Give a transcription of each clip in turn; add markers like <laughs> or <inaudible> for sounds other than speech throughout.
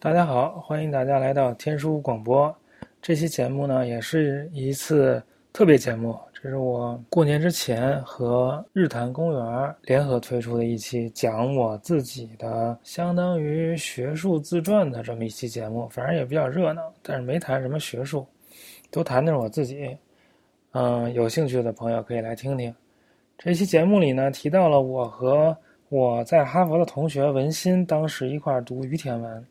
大家好，欢迎大家来到天书广播。这期节目呢，也是一次特别节目，这是我过年之前和日坛公园联合推出的一期讲我自己的，相当于学术自传的这么一期节目，反正也比较热闹，但是没谈什么学术，都谈的是我自己。嗯，有兴趣的朋友可以来听听。这期节目里呢，提到了我和我在哈佛的同学文心，当时一块儿读于天文。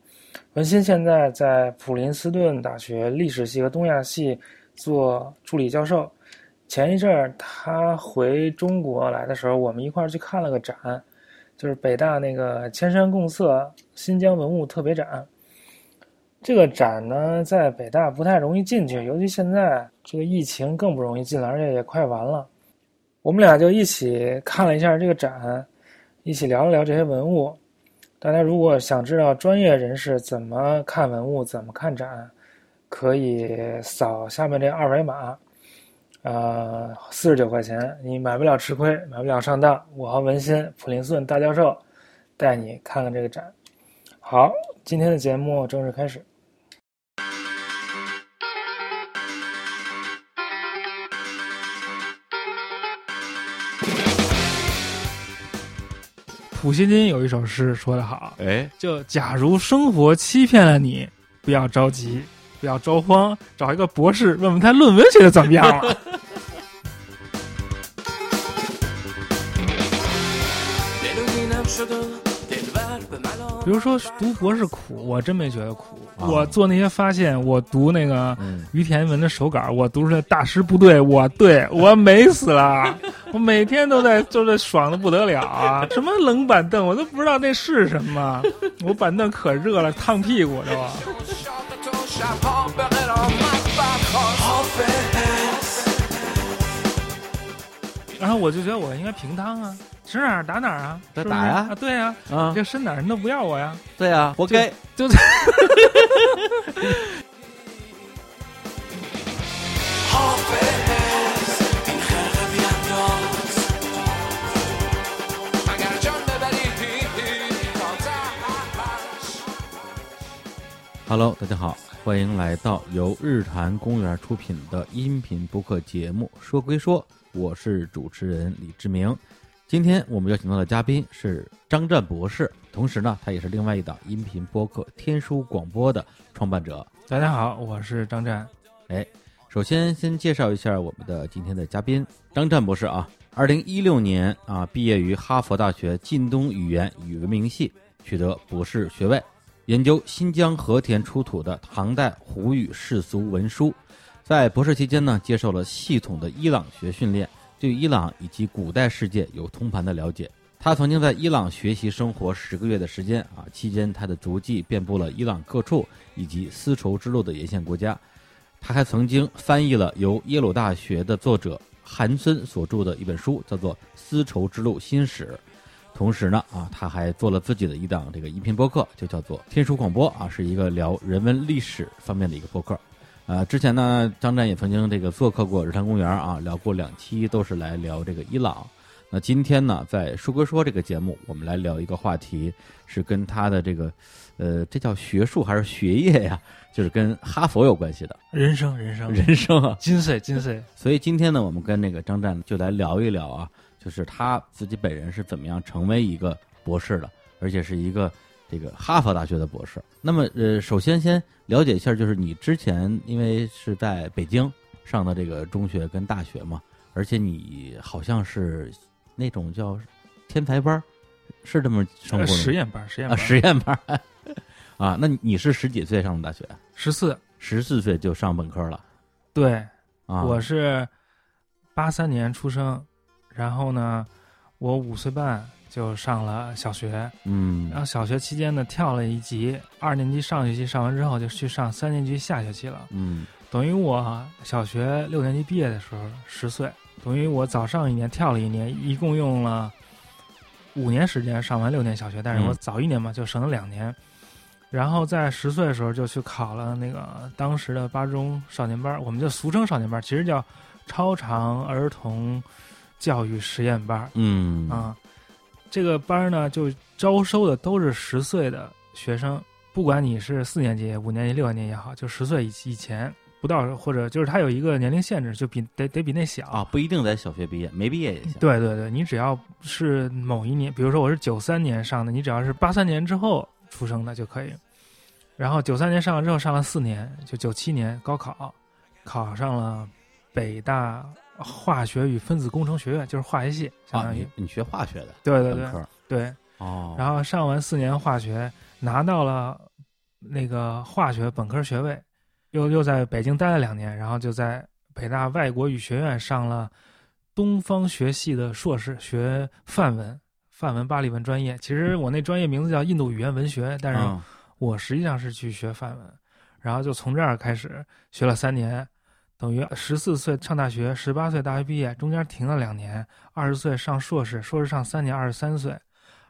文心现在在普林斯顿大学历史系和东亚系做助理教授。前一阵儿他回中国来的时候，我们一块儿去看了个展，就是北大那个“千山共色”新疆文物特别展。这个展呢，在北大不太容易进去，尤其现在这个疫情更不容易进了，而且也快完了。我们俩就一起看了一下这个展，一起聊了聊这些文物。大家如果想知道专业人士怎么看文物、怎么看展，可以扫下面这二维码，呃，四十九块钱，你买不了吃亏，买不了上当。我和文心、普林斯顿大教授带你看看这个展。好，今天的节目正式开始。普希金有一首诗说得好，哎，就假如生活欺骗了你，不要着急，不要着慌，找一个博士问问他论文写的怎么样了。 <laughs> 比如说读博士苦，我真没觉得苦。啊我做那些发现，我读那个嗯，于田文的手稿，我读出来大师不对，我对我美死了，我每天都在就是爽的不得了啊！什么冷板凳，我都不知道那是什么，我板凳可热了，烫屁股都。然后我就觉得我应该平摊啊，指哪儿打哪儿啊，打是不是打呀啊，对呀、啊，这伸哪儿人都不要我呀，对啊，活该。就这。 Hello，大家好，欢迎来到由日坛公园出品的音频播客节目《说归说》，我是主持人李志明。今天我们邀请到的嘉宾是张湛博士，同时呢，他也是另外一档音频播客《天书广播》的创办者。大家好，我是张湛。首先，先介绍一下我们的今天的嘉宾张湛博士啊。二零一六年啊，毕业于哈佛大学近东语言与文明系，取得博士学位，研究新疆和田出土的唐代胡语世俗文书。在博士期间呢，接受了系统的伊朗学训练，对伊朗以及古代世界有通盘的了解。他曾经在伊朗学习生活十个月的时间啊，期间他的足迹遍布了伊朗各处以及丝绸之路的沿线国家。他还曾经翻译了由耶鲁大学的作者韩森所著的一本书，叫做《丝绸之路新史》。同时呢，啊，他还做了自己的一档这个音频播客，就叫做《天书广播》啊，是一个聊人文历史方面的一个播客。呃，之前呢，张湛也曾经这个做客过日坛公园啊，聊过两期，都是来聊这个伊朗。那今天呢，在《说归说》这个节目，我们来聊一个话题，是跟他的这个，呃，这叫学术还是学业呀？就是跟哈佛有关系的。人生，人生， <laughs> 人生啊。金穗，金穗，所以今天呢，我们跟那个张湛就来聊一聊啊，就是他自己本人是怎么样成为一个博士的，而且是一个这个哈佛大学的博士。那么呃，首先先了解一下，就是你之前因为是在北京上的这个中学跟大学嘛，而且你好像是那种叫天才班儿，是这么生活呃的吗实验班，实验啊班，实验班儿啊？那你是十几岁上的大学？十四。十四岁就上本科了对，啊？我是八三年出生，然后呢，我五岁半就上了小学，嗯然后小学期间呢跳了一级，二年级上学期上完之后就去上三年级下学期了，嗯。等于我啊小学六年级毕业的时候十岁，等于我早上一年跳了一年，一共用了五年时间上完六年小学，但是我嗯早一年嘛，就省了两年。然后在十岁的时候就去考了那个当时的八中少年班，我们就俗称少年班，其实叫超常儿童教育实验班儿嗯啊啊。这个班儿呢，就招收的都是十岁的学生，不管你是四年级、五年级、六年级也好，就十岁以以前不到，或者就是它有一个年龄限制，就比得得比那小啊，不一定在小学毕业，没毕业也行。对对对，你只要是某一年，比如说我是九三年上的，你只要是八三年之后出生的就可以。然后九三年上了之后，上了四年，就九七年高考，考上了北大化学与分子工程学院，就是化学系，相啊，当于、你你学化学的对对本对科对。哦，然后上完四年化学，拿到了那个化学本科学位，又又在北京待了两年，然后就在北大外国语学院上了东方学系的硕士，学梵文，梵文巴利文专业。其实我那专业名字叫印度语言文学，但是嗯我实际上是去学梵文，然后就从这儿开始学了三年，等于十四岁上大学，十八岁大学毕业，中间停了两年，二十岁上硕士，硕士上三年，二十三岁，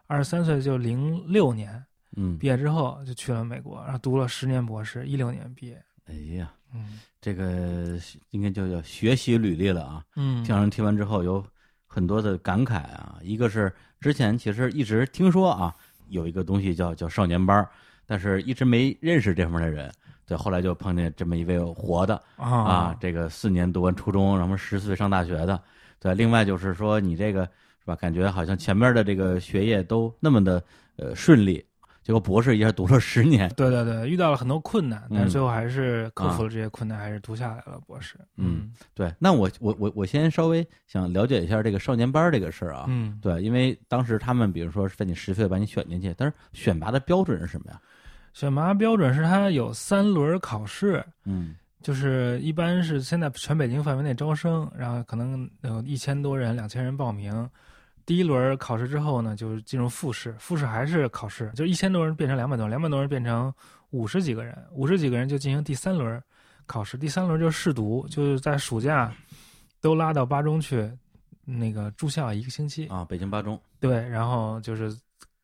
二十三岁就零六年嗯毕，业之后就去了美国，然后读了十年博士，一六年毕业。哎呀，嗯这个应该就叫学习履历了啊。嗯听人听完之后有很多的感慨啊，一个是之前其实一直听说啊，有一个东西叫叫少年班儿，但是一直没认识这方面的人。对，后来就碰见这么一位活的啊，啊这个四年读完初中，然后十岁上大学的。对，另外就是说你这个是吧？感觉好像前面的这个学业都那么的呃顺利，结果博士一下读了十 <laughs> 年，对对对，遇到了很多困难，但嗯是最后还是克服啊了这些困难，还是读下来了博士。嗯对，那我我我我先稍微想了解一下这个少年班儿这个事儿啊。嗯，对，因为当时他们比如说是在你十岁把你选进去，但是选拔的标准是什么呀？选拔标准是它有三轮考试，嗯就是一般是现在全北京范围内招生，然后可能有一千多人、两千人报名。第一轮考试之后呢，就是进入复试，复试还是考试，就一千多人变成两百多人，两百多人变成五十几个人，五十几个人就进行第三轮考试，第三轮就是试读，就是在暑假都拉到巴中去那个住校一个星期，啊，北京八中，对，然后就是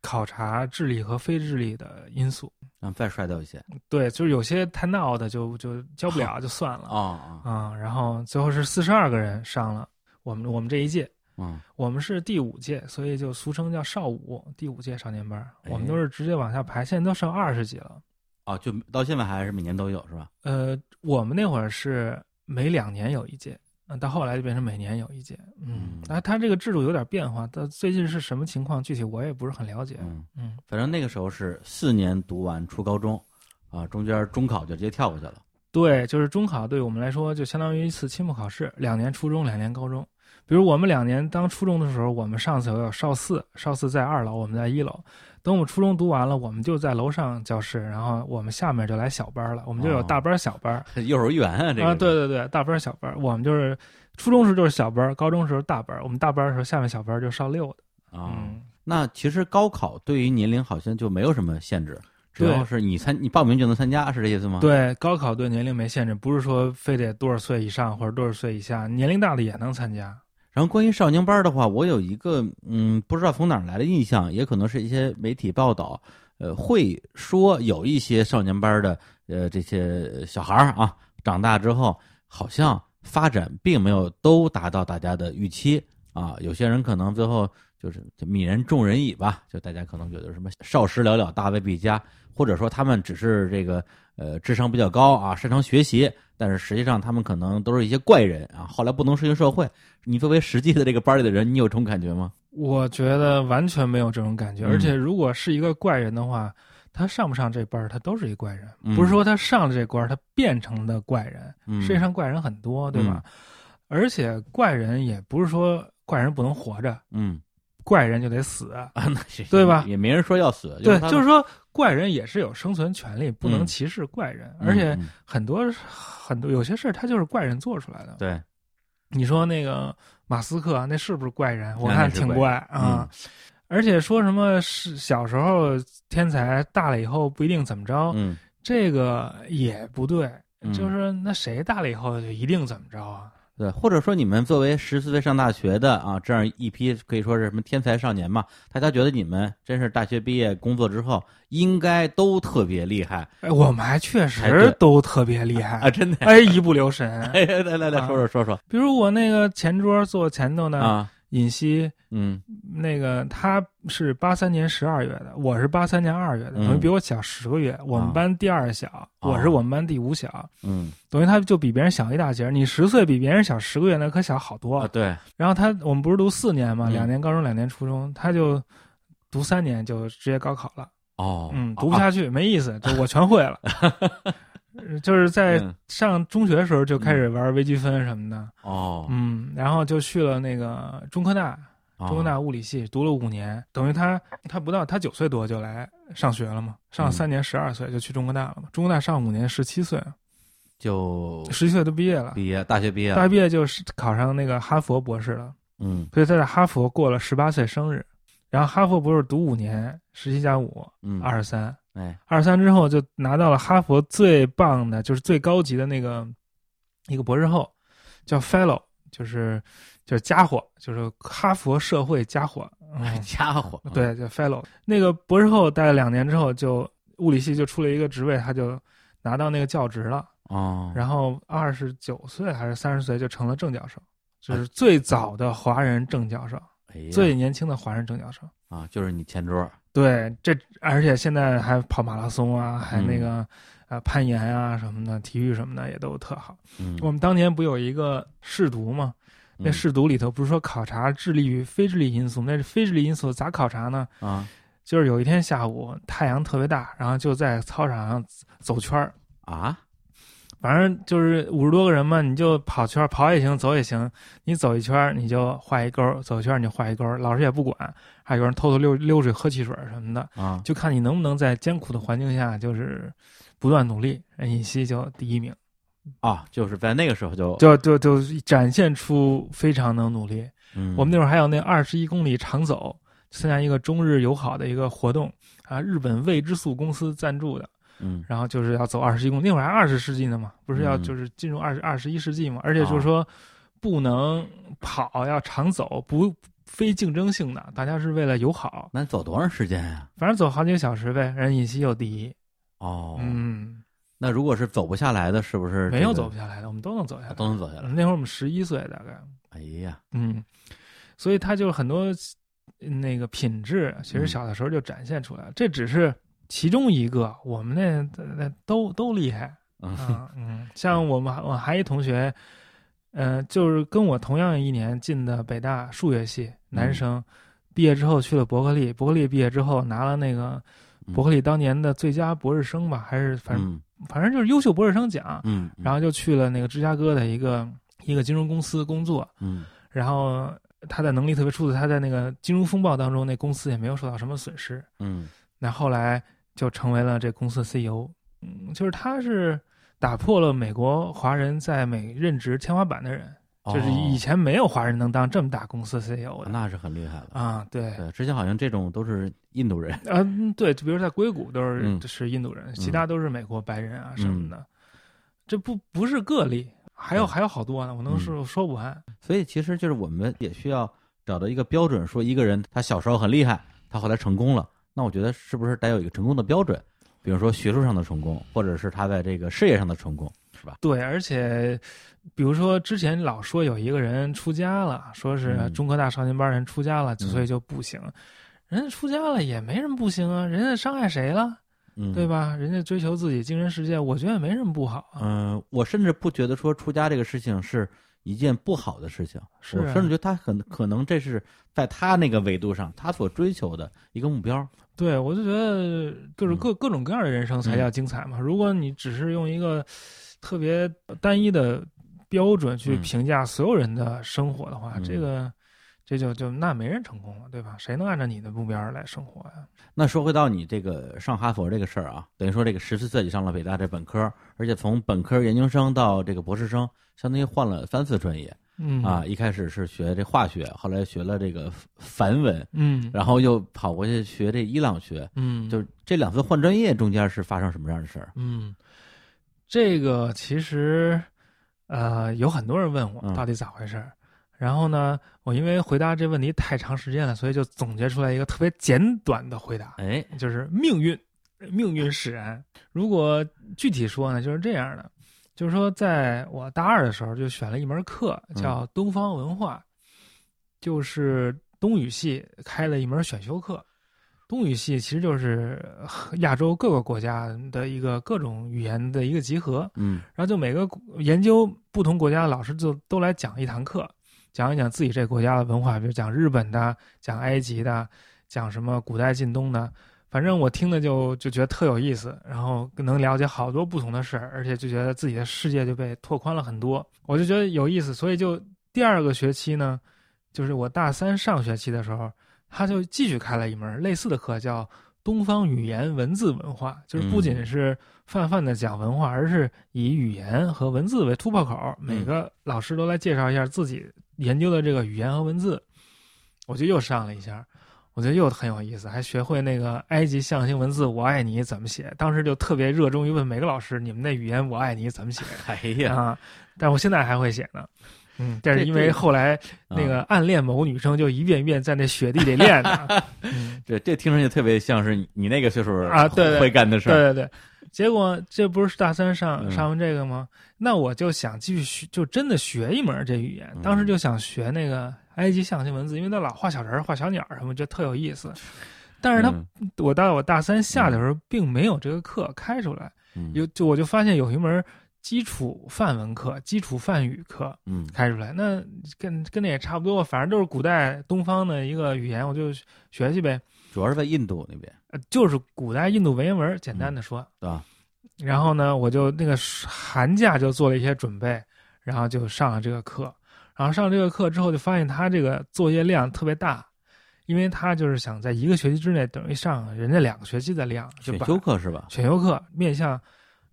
考察智力和非智力的因素，然后再摔掉一些对，就是有些太闹的就就教不 <laughs> 了就算了啊啊啊、然后最后是四十二个人上了我们我们这一届，嗯我们是第五届，所以就俗称叫少五，第五届少年班儿，哎我们都是直接往下排，现在都上二十级了。哦，就到现在还是每年都有是吧？呃，我们那会儿是每两年有一届，嗯，到后来就变成每年有一届，嗯嗯，那、它这个制度有点变化，到最近是什么情况，具体我也不是很了解，嗯，嗯，反正那个时候是四年读完初高中，啊，中间中考就直接跳过去了。 <laughs> 对，就是中考对我们来说就相当于一次期末考试，两年初中，两年高中。比如我们两年当初中的时候，我们上次有少四，少四在二楼，我们在一楼。等我们初中读完了，我们就在楼上教室，然后我们下面就来小班了，我们就有哦大班、小班。幼儿园啊，这个啊，对对对，大班、小班，我们就是初中时候就是小班，高中时候大班。我们大班的时候，下面小班就上六的。啊，嗯，那其实高考对于年龄好像就没有什么限制，只对要是你参你报名就能参加，是这意思吗？，对，高考对年龄没限制，不是说非得多少岁以上或者多少岁以下，年龄大的也能参加。然后关于少年班的话，我有一个嗯，不知道从哪儿来的印象，也可能是一些媒体报道，呃，会说有一些少年班的呃这些小孩儿啊，长大之后好像发展并没有都达到大家的预期啊，有些人可能最后就是就泯然众人矣吧，就大家可能觉得什么少时了了，大未必佳，或者说他们只是这个呃智商比较高啊，擅长学习，但是实际上他们可能都是一些怪人啊，后来不能适应社会。你作为实际的这个班里的人，你有这种感觉吗？我觉得完全没有这种感觉，嗯而且如果是一个怪人的话，他上不上这班儿，他都是一怪人，嗯不是说他上了这关儿，他变成的怪人。嗯，世界上怪人很多，对吧？而且怪人也不是说怪人不能活着，嗯怪人就得死，啊，那是对吧也没人说要死，对，他们就是说怪人也是有生存权利，不能嗯歧视怪人，嗯而且嗯很多很多有些事儿他就是怪人做出来的。对，你说那个马斯克啊那是不是怪人？我那看是挺怪嗯怪啊。而且说什么是小时候天才，大了以后不一定怎么着，嗯，这个也不对。哦嗯就是那谁大了以后就一定怎么着啊？对，或者说你们作为十四岁上大学的啊，这样一批可以说是什么天才少年嘛，大家觉得你们真是大学毕业工作之后，应该都特别厉害哎，我们还确哎对实都特别厉害啊，，真的。 <laughs> 哎，一不留神。哎，来来来，啊说说说说比如我那个前桌坐前头的啊，尹希，嗯那个他是八三年十二月的，我是八三年二月的，嗯等于比我小十个月。我们班第二小，我哦是我们班第五小，嗯等于他就比别人小一大截儿。你十岁比别人小十个月，那可小好多。啊，对，然后他我们不是读四年嘛，嗯两年高中，两年初中，他就读三年就直接高考了。哦，嗯，读不啊下去、没意思，就我全 <laughs> 会了。呃就是在嗯上中学的时候就开始玩微积分什么的，哦，嗯，然后就去了那个中科大，哦中科大物理系读了五年，等于他他不到他九岁多就来上学了嘛，上了嗯三年十二岁就去中科大了嘛，中科大上五年十七岁，就十七岁都毕业了，哦毕业，大学毕业大了，学毕业就是考上那个哈佛博士了，嗯所以他在哈佛过了十八岁生日，然后哈佛博士读五年，十七加五嗯，二十三，哎，二十三之后就拿到了哈佛最棒的，就是最高级的那个一个博士后，叫 Fellow，就是就是家伙，就是哈佛社会家伙。哎嗯，家伙，对，叫 Fellow。那个博士后待了两年之后就，物理系就出了一个职位，他就拿到那个教职了。哦，然后二十九岁还是三十岁就成了正教授，就是最早的华人正教授，哎呀最年轻的华人正教授。啊，就是你前桌，对，这而且现在还跑马拉松啊，还嗯嗯那个、哦呃攀岩啊什么的，体育什么的也都特好。嗯，我们当年不有一个试读吗？那嗯试读里头不是说考察智力与非智力因素？那是非智力因素咋考察呢？啊就是有一天下午太阳特别大，然后就在操场上走圈儿，啊，反正就是五十多个人嘛，你就跑圈儿，跑也行，走也行。你走一圈儿你就画一勾儿，走一圈儿你就画一勾儿，老师也不管。还有人偷偷溜溜水喝汽水儿什么的。啊，就看你能不能在艰苦的环境下，就是不断努力，尹希就第一名，啊，就是在那个时候就，就就就展现出非常能努力。嗯我们那会儿还有那二十一公里长走，参加一个中日友好的一个活动啊，日本未知素公司赞助的，嗯然后就是要走二十一公里，那会儿还二十世纪呢嘛，不是要嗯就是进入二十二十一世纪嘛，而且就是说不能跑，要长走，不非竞争性的，大家是为了友好，那走多长时间呀？反正走好几个小时呗，人尹希又第一，哦，嗯。那如果是走不下来的，是不是没有这个走不下来的，我们都能走下来。嗯都能走下来？那会儿我们十一岁大概，哎呀，嗯，所以他就很多嗯那个品质，其嗯实小的时候就展现出来了。这只是其中一个，我们那那那都都厉害嗯 <laughs> 啊，嗯，像我们我还一同学，呃，就是跟我同样一年进的北大数学系男生。嗯毕业之后去了伯克利，伯克利毕业之后拿了那个嗯伯克利当年的最佳博士生吧，还是反正、嗯反正就是优秀博士生奖，嗯，然后后就去了那个芝加哥的一个一个金融公司工作，嗯然后他的能力特别出色，他在那个金融风暴当中，那公司也没有受到什么损失。嗯那后来就成为了这公司的 CEO，嗯，就是他是打破了美国华人在美任职天花板的人，哦就是以前没有华人能当这么大公司 CEO 的那是很厉害了。啊，对。对，之前好像这种都是印度人，嗯，对，就比如在硅谷都是、嗯是印度人，其他都是美国白人啊什么的，这不不是个例，还有、对还有好多呢，我能说、嗯说不完。所以其实就是我们也需要找到一个标准，说一个人他小时候很厉害，他后来成功了，那我觉得是不是得有一个成功的标准？比如说学术上的成功，或者是他在这个事业上的成功，是吧？对，而且比如说之前老说有一个人出家了，说是嗯中科大少年班人出家了，嗯所以就不行。人家出家了也没什么不行啊，人家伤害谁了，嗯，对吧？人家追求自己精神世界，我觉得也没什么不好啊。嗯、我甚至不觉得说出家这个事情是一件不好的事情，是我啊甚至觉得他很可能这是在他那个维度上他所追求的一个目标。对，我就觉得就是各、各种各样的人生才嗯叫精彩嘛。如果你只是用一个特别单一的标准去嗯评价所有人的生活的话，嗯这个这就就那没人成功了，对吧？谁能按照你的目标来生活呀？那说回到你这个上哈佛这个事儿啊，等于说这个十四岁就上了北大这本科，而且从本科研究生到这个博士生，相当于换了三次专业嗯啊。，一开始是学这化学，后来学了这个梵文，嗯然后又跑过去学这伊朗学。嗯，就是这两次换专业中间是发生什么样的事儿？啊嗯，这个其实呃有很多人问我嗯到底咋回事儿。然后呢，我因为回答这问题太长时间了，所以就总结出来一个特别简短的回答。哎，就是命运，命运使然。如果具体说呢，就是这样的，就是说，在我大二的时候就选了一门课嗯叫东方文化，就是东语系开了一门选修课。东语系其实就是呃亚洲各个国家的一个各种语言的一个集合，嗯然后就每个国研究不同国家的老师就都来讲一堂课，讲一讲自己这国家的文化，比如讲日本的，讲埃及的，讲什么古代近东的。反正我听的就就觉得特有意思，然后能了解好多不同的事儿，而且就觉得自己的世界就被拓宽了很多，我就觉得有意思，所以就第二个学期呢，就是我大三上学期的时候，他就继续开了一门类似的课，叫东方语言文字文化，就是不仅是泛泛的讲文化，而是以语言和文字为突破口，每个老师都来介绍一下自己研究的这个语言和文字。我就又上了一下，我觉得又很有意思，还学会那个埃及象形文字“我爱你”怎么写，当时就特别热衷于问每个老师你们那语言“我爱你”怎么写。哎呀，啊，但我现在还会写呢。嗯，但是这因这为个后来啊那个暗恋某女生，就一遍一遍在那雪地里练的。嗯，这这听上去特别像是你你那个岁数啊对对会干的事对儿，对对。结果这不是大三上嗯上完这个吗？那我就想继续学，就真的学一门这语言嗯。当时就想学那个埃及象形文字，因为他老画小人儿、画小鸟儿什么，就特有意思。但是他，嗯我到我大三下的时候，并没有这个课开出来。嗯有就我就发现有一门基础范文课、基础梵语课，嗯开出来，那跟跟那也差不多，反正都是古代东方的一个语言，我就学去呗，主要是在印度那边，呃就是古代印度文言文，简单的说。对吧？然后呢，我就那个寒假就做了一些准备，然后就上了这个课。然后上了这个课之后，就发现他这个作业量特别大，因为他就是想在一个学期之内，等于上人家两个学期的量，就选把修课是吧？选修课面向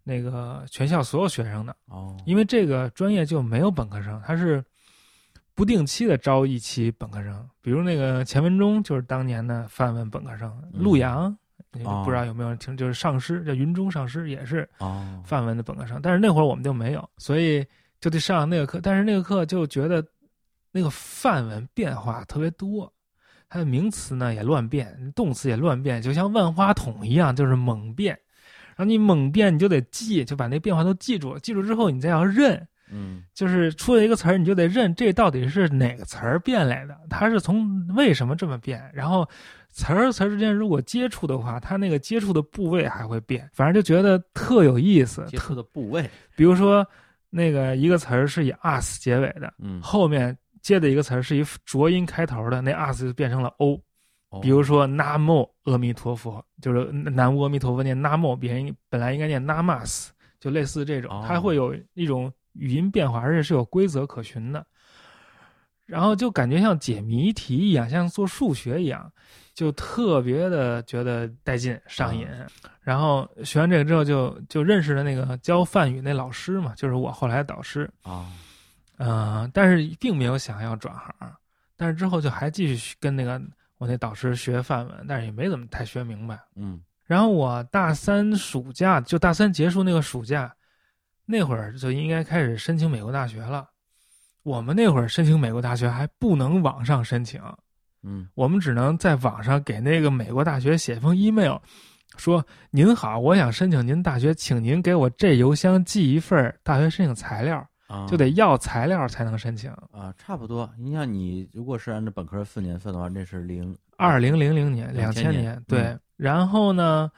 那个全校所有学生的。哦，因为这个专业就没有本科生，它是不定期的招一期本科生。比如那个钱文忠就是当年的范文本科生，嗯陆阳，你哦不知道有没有人听，就是上师叫云中上师也是哦，范文的本科生，但是那会儿我们就没有，所以就得上那个课。但是那个课就觉得那个范文变化特别多，它的名词呢也乱变，动词也乱变，就像万花筒一样，就是猛变。然后你猛变，你就得记，就把那变化都记住。记住之后，你再要认，嗯就是出了一个词儿，你就得认这到底是哪个词儿变来的，它是从为什么这么变，然后词儿和词儿之间如果接触的话，它那个接触的部位还会变，反正就觉得特有意思。接触的部位，比如说，那个一个词儿是以 us 结尾的，嗯，后面接的一个词儿是以浊音开头的，那 us 就变成了 o。哦比如说“南无阿弥陀佛”，就是南无阿弥陀佛念“南无”，别人本来应该念 “namas”，就类似这种哦，它会有一种语音变化，而且是有规则可循的。然后就感觉像解谜题一样，像做数学一样，就特别的觉得带劲、上瘾。啊然后学完这个之后就，就认识了那个教梵语那老师嘛，就是我后来的导师。啊，嗯、但是并没有想要转行，但是之后就还继续跟那个我那导师学范文，但是也没怎么太学明白。嗯然后我大三暑假就大三结束那个暑假，那会儿就应该开始申请美国大学了。我们那会儿申请美国大学还不能网上申请，嗯我们只能在网上给那个美国大学写封 email，说您好，我想申请您大学，请您给我这邮箱寄一份大学申请材料，啊，就得要材料才能申请。啊，差不多。你像你如果是按照本科四年算的话，那是零二，零零零年， 2000两年千嗯年，对。然后呢，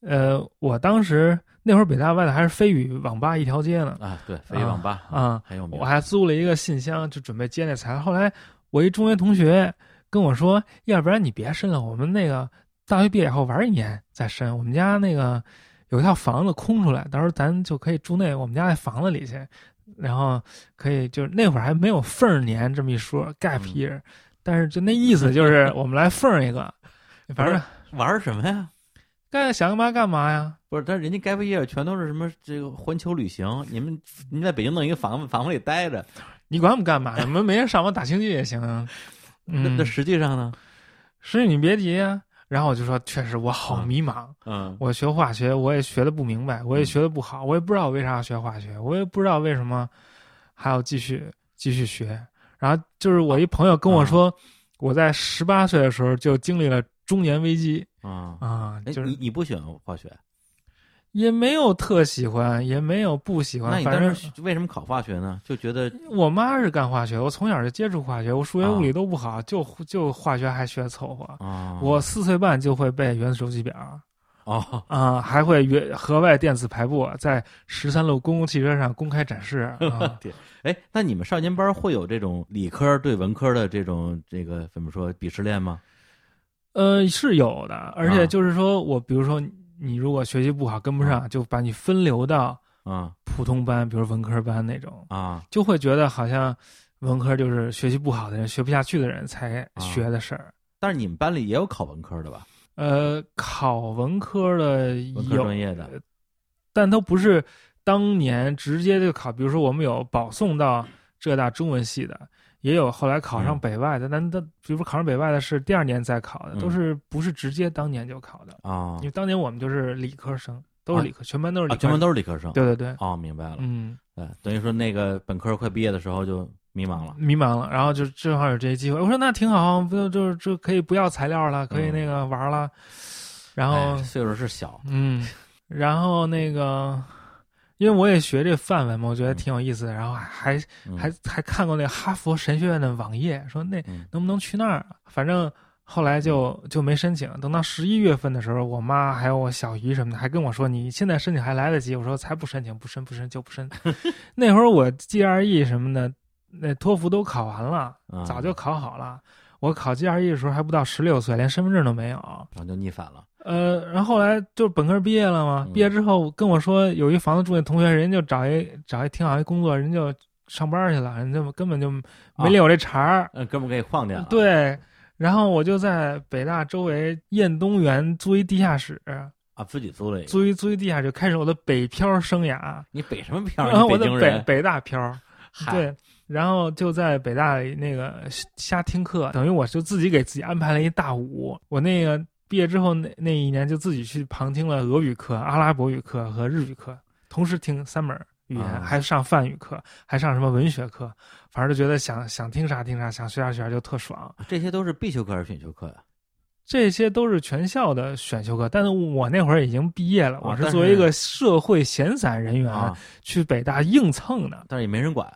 呃，我当时那会儿北大外头还是飞宇网吧一条街呢，啊，对，飞鱼网吧啊很有名我。还租了一个信箱，就准备接那材料。后来我一中学同学跟我说，要不然你别申了，我们那个大学毕业以后玩一年再申。我们家那个有一套房子空出来，到时候咱就可以住那我们家那房子里去，然后可以就是那会儿还没有缝儿年这么一说，gap 嗯 year，、但是就那意思就是我们来缝儿一个，反不正是玩什么呀？该想干嘛干嘛呀。不是，但是人家该毕业全都是什么这个环球旅行，你们你们在北京弄一个房子，房子里待着，你管我们干嘛？我们没人上网打星际也行啊。那 <laughs> 嗯，那实际上呢？师你别急呀、然后我就说，确实我好迷茫。嗯我学化学，我也学的不明白，我也学的不好，我也不知道为啥要学化学，我也不知道为什么还要继续继续学。然后就是我一朋友跟我说，我在十八岁的时候就经历了中年危机啊，啊、哎，就是你你不喜欢化学？也没有特喜欢，也没有不喜那欢，你反当正时为什么考化学呢？就觉得我妈是干化学，我从小就接触化学，我数学、啊物理都不好，就就化学还学凑合。啊，呃我四岁半就会背原子周期表，啊、哦，、还会原河外电子排布，在十三路公共汽车上公开展示。啊 <laughs> 对，哎，那你们少年班会有这种理科对文科的这种这个怎么说鄙视链吗？呃，是有的，而且啊就是说我，比如说你如果学习不好跟不上，就把你分流到啊普通班，比如文科班那种，啊，就会觉得好像文科就是学习不好的人、学不下去的人才啊学的事儿。但是你们班里也有考文科的吧？呃，考文科的文科有，专业的但都不是当年直接就考。比如说，我们有保送到浙大中文系的，也有后来考上嗯北外的。但但比如说考上北外的是第二年再考的，嗯都是不是直接当年呃就考的？啊因为当年我们就是理科生，都是理科，全班都是理啊，科生，全班都是理科生。对对对，哦，明白了。嗯，哎，等于说那个本科快毕业的时候就迷茫了。迷茫了。然后就正好有这些机会，我说那挺好，不就就是就可以不要材料了，可以嗯那个玩了，嗯然后。哎岁数是小，嗯，然后那个，因为我也学这范文嘛，我觉得挺有意思的。然后还嗯还还看过那哈佛神学院的网页，说那嗯能不能去那儿啊？反正后来就就没申请。等到十一月份的时候，我妈还有我小姨什么的还跟我说：“你现在申请还来得及。”我说：“才不申请，不申不申就不申。” <laughs> 那会儿我 GRE 什么的，那托福都考完了，啊早就考好了。我考 GRE 的时候还不到十六岁，连身份证都没有。然后就逆反了。呃，然后后来就是本科毕业了嘛，嗯毕业之后跟我说有一房子住那同学，人家就找一找一挺好一工作，人就上班去了，人家根本就没理我这茬儿。嗯，哥们儿给你晃点了。，对，然后我就在北大周围雁东园租一地下室，啊，自己租了一个。租一租一地下室，开始我的北漂生涯。你北什么漂然后儿？啊你嗯我北京在北人。北大漂，嗨，对，然后就在北大里那个瞎听课，等于我就自己给自己安排了一大午。我那个毕业之后那那一年就自己去旁听了俄语课、阿拉伯语课和日语课，同时听三门儿语言，啊还上梵语课，还上什么文学课，反正就觉得想想听啥听啥，想学啥学啥就特爽。这些都是必修课还是选修课呀？这些都是全校的选修课，但是我那会儿已经毕业了，啊我是但作为一是个社会闲散人员、啊，去北大硬蹭的。但是也没人管。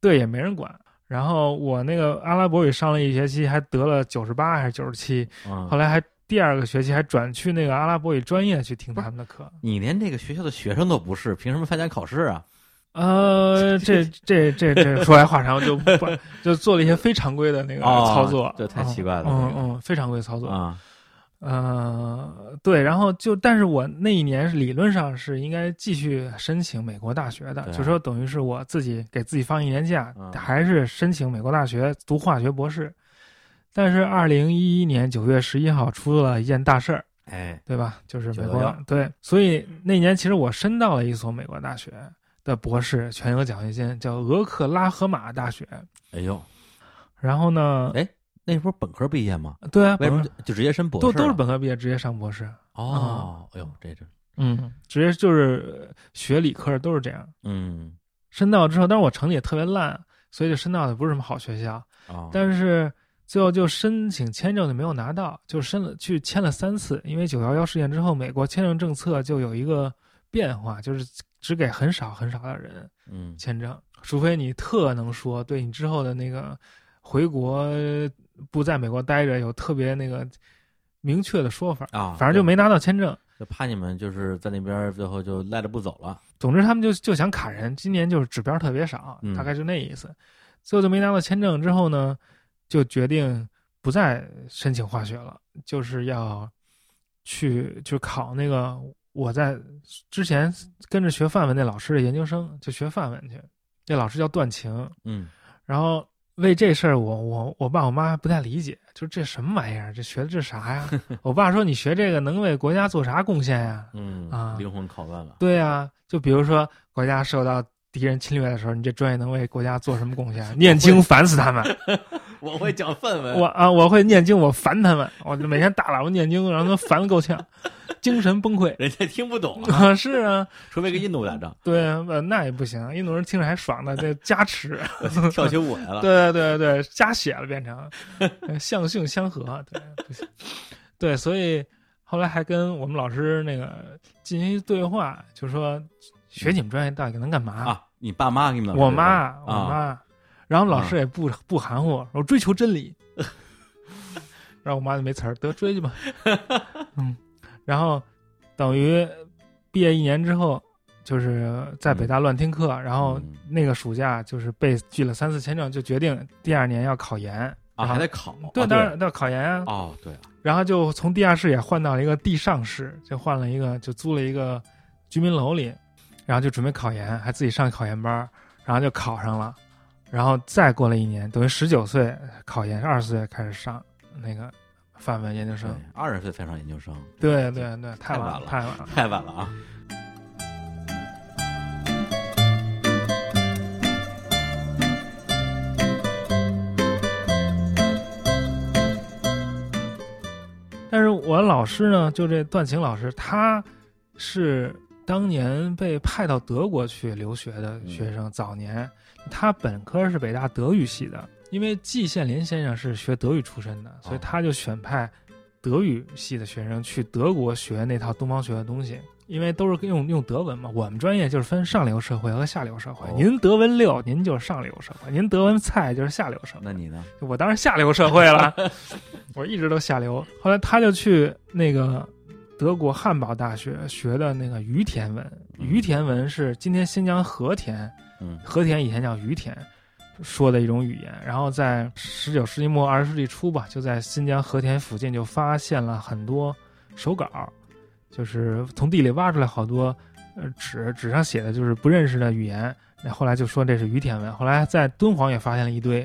对，也没人管。然后我那个阿拉伯语上了一学期，还得了九十八还是九十七，嗯后，来还第二个学期还转去那个阿拉伯语专业去听他们的课。你连这个学校的学生都不是，凭什么参加考试啊？呃， <laughs> 这这这这说来话长，<laughs> 就不就做了一些非常规的那个哦操作，这太奇怪了嗯这个嗯嗯，非常规操作。啊，呃，对，然后就，但是我那一年是理论上是应该继续申请美国大学的，对啊就说等于是我自己给自己放一年假，嗯还是申请美国大学读化学博士。但是二零一一年九月十一号出了一件大事儿，哎，对吧？就是美911国对，所以那年其实我申到了一所美国大学的博士全额奖学金，叫俄克拉荷马大学。哎呦，然后呢，哎，那时候本科毕业吗？对啊，为什本么科就直接申博士啊了？都都是本啊科毕业直接上博士，哦，哎呦，这这，嗯，直接就是学理科的都是这样。嗯，申到之后，但是我成绩也特别烂，所以就申到的不是什么好学校。哦，但是最后就申请签证就没有拿到，就申了去签了三次。因为九幺幺事件之后，美国签证政策就有一个变化，就是只给很少很少的人嗯，签证，除非你特能说，对你之后的那个回国不在美国待着有特别那个明确的说法。啊，反正就没拿到签证。对，就怕你们就是在那边儿最后就赖着不走了。总之他们就就想卡人，今年就是指标特别少嗯，大概就那意思。最后就没拿到签证之后呢，就决定不再申请化学了，就是要去去考那个我在之前跟着学范文那老师的研究生，就学范文去。那老师叫段晴，嗯，然后为这事儿，我我我爸我妈不太理解，就这什么玩意儿，这学的这啥呀？我爸说你学这个能为国家做啥贡献呀？嗯啊灵魂拷问了。对啊，就比如说国家受到敌人侵略的时候，你这专业能为国家做什么贡献？念经烦死他们，我会讲范文， <laughs> 我啊，我会念经，我烦他们，我就每天大喇叭念经，让他们烦得够呛，精神崩溃。 <laughs> 人家听不懂啊，啊，是啊， <laughs> 除非跟印度打 <laughs> 仗，对啊，呃那也不行，印度人听着还爽呢，这加持， <laughs> 跳起舞来了。对啊对对对，啊加血了变成，呃相性相合，对，不行，对，所以后来还跟我们老师那个进行一对话，就说学你们专业到底能干嘛？啊，你爸妈给你们老师我妈说，我的啊，妈，然后老师也不不含糊，我追求 <laughs> 真理，然后我妈就没词儿，得追去吧，嗯，然后等于毕业一年之后，就是在北大乱听课，然后嗯那个暑假就是被拒了三次签证，就决定第二年要考研啊然后还得考，对，啊当然要考研啊，哦，对啊，然后就从地下室也换到了一个地上室，就换了一个，就租了一个居民楼里，然后就准备考研，还自己上考研班儿，然后就考上了，然后再过了一年，等于十九岁考研，二十岁开始上那个范文研究生对。二十岁才上研究生，对对对，太晚晚了太晚了。太晚了啊。但是我老师呢，就这段晴老师，他是当年被派到德国去留学的学生，早年他本科是北大德语系的，因为季羡林先生是学德语出身嗯的，哦所以他就选派德语系的学生去德国学那套东方学的东西。因为都是用用德文嘛，我们专业就是分上流社会和下流社会哦。您德文六，您就是上流社会；您德文菜就是下流社会。那你呢？我当然下流社会 <laughs> 了，我一直都下流。后来他就去那个德国汉堡大学学的那个于田文，嗯于田文是今天新疆和田，嗯和田以前叫于田，说的一种语言。然后在十九世纪末二十世纪初吧，就在新疆和田附近就发现了很多手稿，就是从地里挖出来好多呃纸，纸上写的就是不认识的语言。那后来就说这是于田文，后来在敦煌也发现了一堆，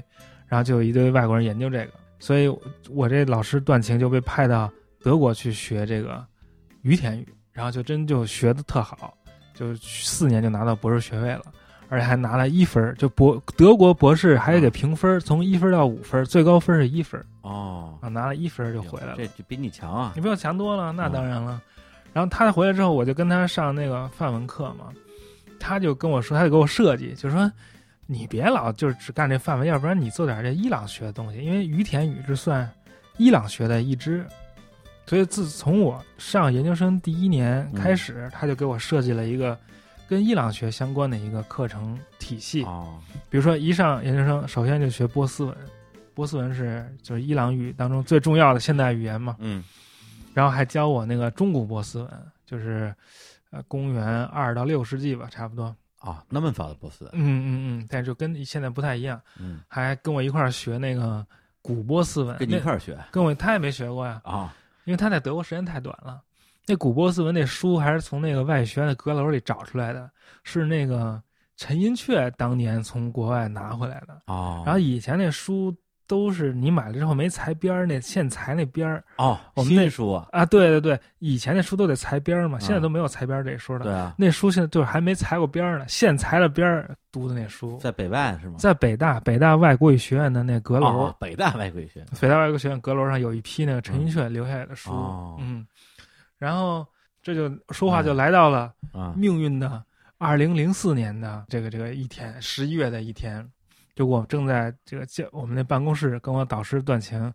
然后就有一堆外国人研究这个，所以我这老师段晴就被派到德国去学这个于田语，然后就真就学的特好，就四年就拿到博士学位了。而且还拿了一分儿，就博德国博士还得给评分儿，从一分儿到五分儿，最高分儿是一分儿哦，啊，拿了一分儿就回来了。这就比你强啊你！比我强多了，那当然了。然后他回来之后，我就跟他上那个范文课嘛，他就跟我说，他就给我设计，就说你别老就是只干这范文，要不然你做点这伊朗学的东西，因为于田语是算伊朗学的一支。所以自从我上研究生第一年开始，他就给我设计了一个跟伊朗学相关的一个课程体系。哦，比如说一上研究生，首先就学波斯文，波斯文是就是伊朗语当中最重要的现代语言嘛。嗯然后还教我那个中古波斯文，就是呃公元二到六世纪吧，差不多。啊，那么早的波斯，嗯嗯嗯，但是就跟现在不太一样，嗯，还跟我一块儿学那个古波斯文。跟你一那块儿学跟我他也没学过呀，啊，因为他在德国时间太短了。那古波斯文那书还是从那个外语学院的阁楼里找出来的，是那个陈寅恪当年从国外拿回来的。哦，然后以前那书都是你买了之后没裁边儿，那现裁那边儿哦，我们新那书啊，啊，对对对，以前那书都得裁边儿嘛，现在嗯都没有裁边儿这一说了。对啊，那书现在就是还没裁过边儿呢，现裁了边儿读的那书，在北外是吗？在北大北大外国语学院的那阁楼，哦，北大外国语学北大外国学院阁楼上有一批那个陈寅恪留下来的书，哦嗯，然后这就说话就嗯来到了啊，命运的二零零四年的这个这个一天，十一月的一天，就我正在这个教我们那办公室跟我导师段晴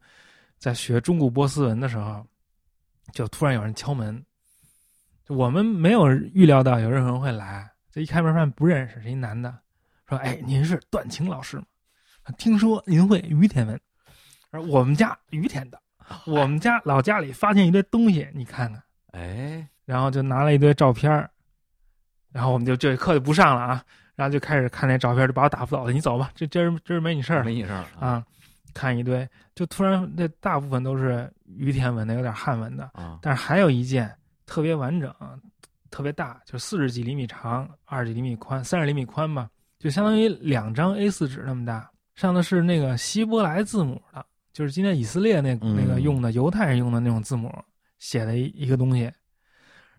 在学中古波斯文的时候，就突然有人敲门，就我们没有预料到有任何人会来，这一开门发现不认识，是一男的，说：“哎，您是段晴老师吗？听说您会于田文，而我们家于田的，我们家老家里发现一堆东西，你看看。”哎，然后就拿了一堆照片儿，然后我们就这课就不上了啊，然后就开始看那照片儿，就把我打发走了。你走吧，这今儿今儿没你事儿没你事儿啊。看一堆，就突然这大部分都是于田文的，有点汉文的，啊，但是还有一件特别完整，特别大，就四十几厘米长，二十几厘米宽，三十厘米宽吧，就相当于两张 A 4纸那么大，上的是那个希伯来字母的，就是今天以色列那嗯那个用的犹太人用的那种字母写的一一个东西。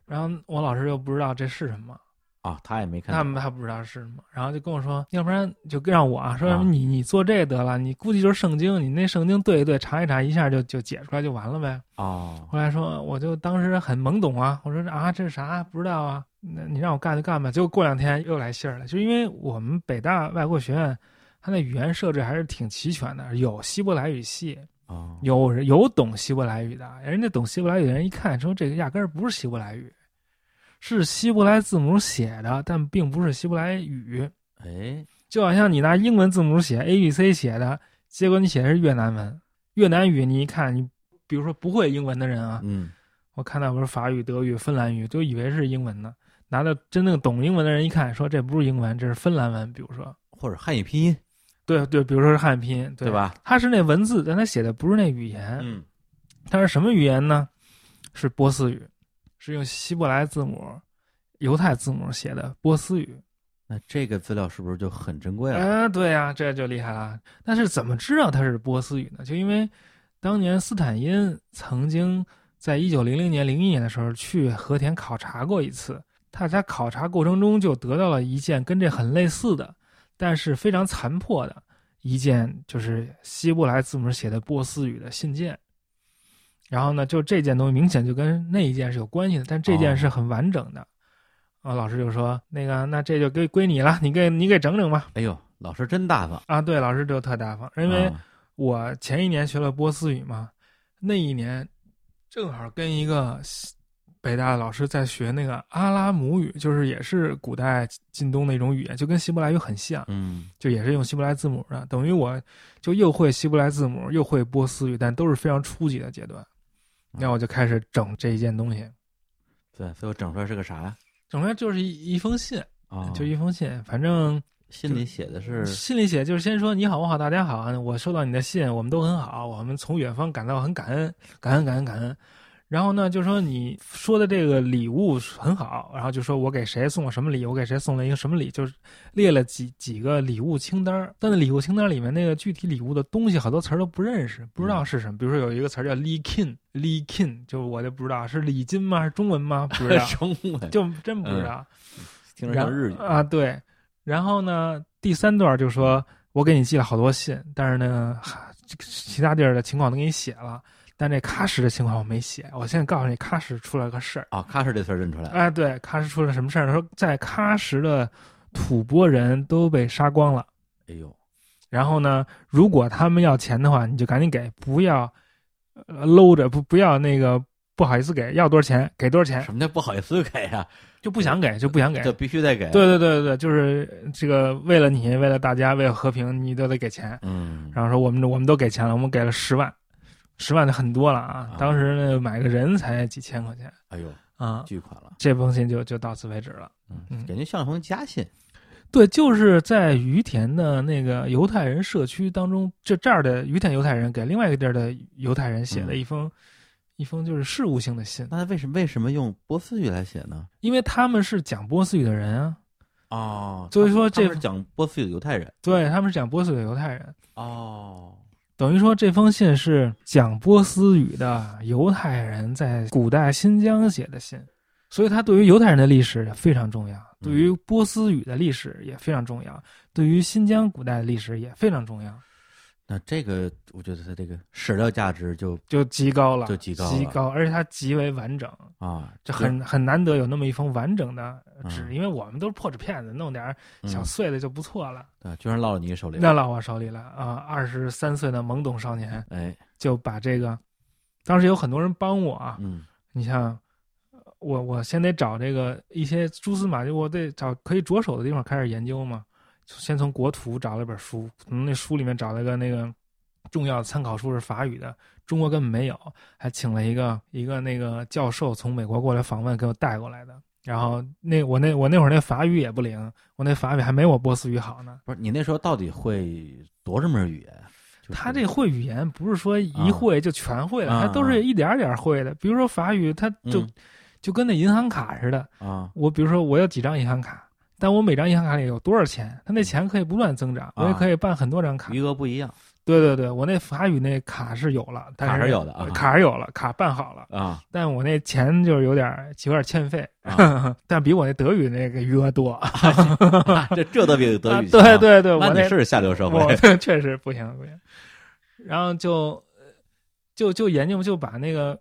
然后我老师又不知道这是什么，啊，他也没看他们到，还不知道是什么，然后就跟我说，要不然就让我啊，说什么啊你你做这得了，你估计就是圣经，你那圣经对一对，查一查，一下就就解出来就完了呗。哦，后来说，我就当时很懵懂啊，我说啊，这是啥？不知道啊。那你让我干就干吧。结果过两天又来信儿了，就因为我们北大外国学院，它那语言设置还是挺齐全的，有希伯来语系，啊，有人有懂希伯来语的，人家懂希伯来语的人一看说这个压根儿不是希伯来语，是希伯来字母写的，但并不是希伯来语。哎，就好像你拿英文字母写 A B C 写的，结果你写的是越南文，越南语你一看，你比如说不会英文的人啊，嗯，我看到不是法语、德语、芬兰语，都以为是英文呢。拿到真正懂英文的人一看，说这不是英文，这是芬兰文。比如说，或者汉语拼音，对对，比如说是汉拼音，对对？吧？它是那文字，但它写的不是那语言。嗯，它是什么语言呢？是波斯语，是用希伯来字母、犹太字母写的波斯语。那这个资料是不是就很珍贵了？啊，对呀、这就厉害了。但是怎么知道它是波斯语呢？就因为当年斯坦因曾经在一九零零年、零一年的时候去和田考察过一次，他在考察过程中就得到了一件跟这很类似的，但是非常残破的一件，就是希伯来字母写的波斯语的信件。然后呢，就这件东西明显就跟那一件是有关系的，但这件是很完整的。啊、老师就说：“那个，那这就归归你了，你给你给整整吧。”哎呦，老师真大方，啊，对，老师就特大方，因为啊我前一年学了波斯语嘛，那一年正好跟一个西北大的老师在学那个阿拉姆语，就是也是古代近东的一种语言，就跟希伯来语很像，嗯，就也是用希伯来字母的，等于我就又会希伯来字母，又会波斯语，但都是非常初级的阶啊段。然后我就开始整这一件东西，对，最后整出来是个啥呀？整出来就是一一封信，啊，就一封信，反正心里写的是信里写就是先说你好，我好，大家好，我收到你的信，我们都很好，我们从远方感到很感恩，感恩，感恩，感恩。然后呢，就说你说的这个礼物很好，然后就说我给谁送了什么礼，我给谁送了一个什么礼，就是列了几几个礼物清单儿。但那礼物清单里面那个具体礼物的东西，好多词儿都不认识，不知道是什么。比如说有一个词儿叫 “li kin”，“li kin” 就我就不知道是礼金吗？是中文吗？不知道， <laughs> 中文，就真不知道。听着像日语然啊，对。然后呢，第三段就说我给你寄了好多信，但是呢，哈这个其他地儿的情况都给你写了，但这喀什的情况我没写。我现在告诉你，喀什出了个事儿。啊，喀什这词儿认出来了，哎，对，喀什出了什么事儿呢？说在喀什的吐蕃人都被杀光了。哎呦，然后呢，如果他们要钱的话，你就赶紧给，不要呃搂着，不不要那个不好意思给，要多少钱给多少钱，什么叫不好意思给呀？就不想给就不想给，这必须得给，啊对，对对对，对，就是这个为了你，为了大家，为了和平，你都得给钱。嗯，然后说我们我们都给钱了，我们给了十万，十万就很多了啊啊！当时呢买个人才几千块钱哎呦，啊、巨款了，这封信就就到此为止了。嗯嗯，感觉像封家信，对，就是在于田的那个犹太人社区当中，就这儿的于田犹太人给另外一个地儿的犹太人写了嗯一封、一封就是事务性的信，那他为什么为什么用波斯语来写呢？因为他们是讲波斯语的人啊，哦，所以说他这们是讲波斯语的犹太人对，他们是讲波斯语的犹太人。哦，等于说，这封信是讲波斯语的犹太人在古代新疆写的信，所以它对于犹太人的历史非常重要，嗯对于波斯语的历史也非常重要，对于新疆古代的历史也非常重要，那这个我觉得他这个史料价值就就极高了，就极高了极高，而且它极为完整，啊，这很很难得有那么一封完整的嗯纸，因为我们都是破纸片子，弄点儿小嗯碎的就不错了。对，居然落到你手里那了，落我手里了啊！二十三岁的懵懂少年哎，就把这个，当时有很多人帮我啊，嗯你像呃我，我先得找这个一些蛛丝马迹，我得找可以着手的地方开始研究嘛。先从国图找了本书，从那书里面找了个那个重要的参考书是法语的，中国根本没有，还请了一个一个那个教授从美国过来访问，给我带过来的。然后那我那我那会儿那法语也不灵，我那法语还没我波斯语好呢。不是你那时候到底会多少门语言？就是他这会语言不是说一会就全会了，啊他都是一点儿点儿会的。比如说法语，他就、嗯就跟那银行卡似的，啊，我比如说我有几张银行卡，但我每张银行卡里有多少钱，嗯它那钱可以不断增长，啊我也可以办很多张卡。余额不一样对对对，我那法语那卡是有了，但卡是是有的啊卡是有了，卡办好了， <laughs> 啊但我那钱就是有点儿有点儿欠费，啊，但比我那德语那个余额多。 <laughs> 这这都比德语强啊啊对，对对，我那那你是下流社会我这确实不行不行。然后就就就研究就把那个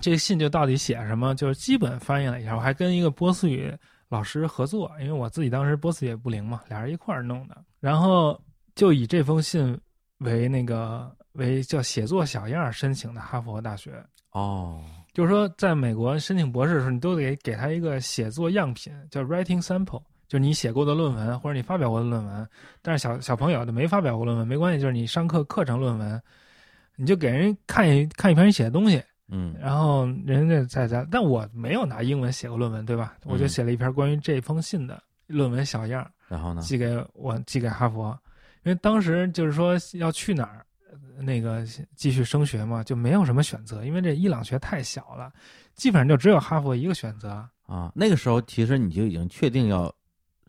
这个信就到底写什么，就是基本翻译了一下。我还跟一个波斯语老师合作，因为我自己当时波斯语也不灵嘛，俩人一块儿弄的。然后就以这封信为那个为叫写作小样儿申请的哈佛大学。 <laughs> 哦，就是说，在美国申请博士的时候，你都得给他一个写作样品，叫 writing sample，就是你写过的论文或者你发表过的论文。但是小小朋友就没发表过论文，没关系，就是你上课课程论文，你就给人看一看一篇你写的东西，嗯然后人家在家，但我没有拿英文写过论文，对吧？我就嗯写了一篇关于这封信的论文小样儿，然后呢？寄给我寄给哈佛，因为当时就是说要去哪儿，呃那个继续升学嘛，就没有什么选择，因为这伊朗学太小了，基本上就只有哈佛一个选择啊、啊，那个时候其实你就已经确定要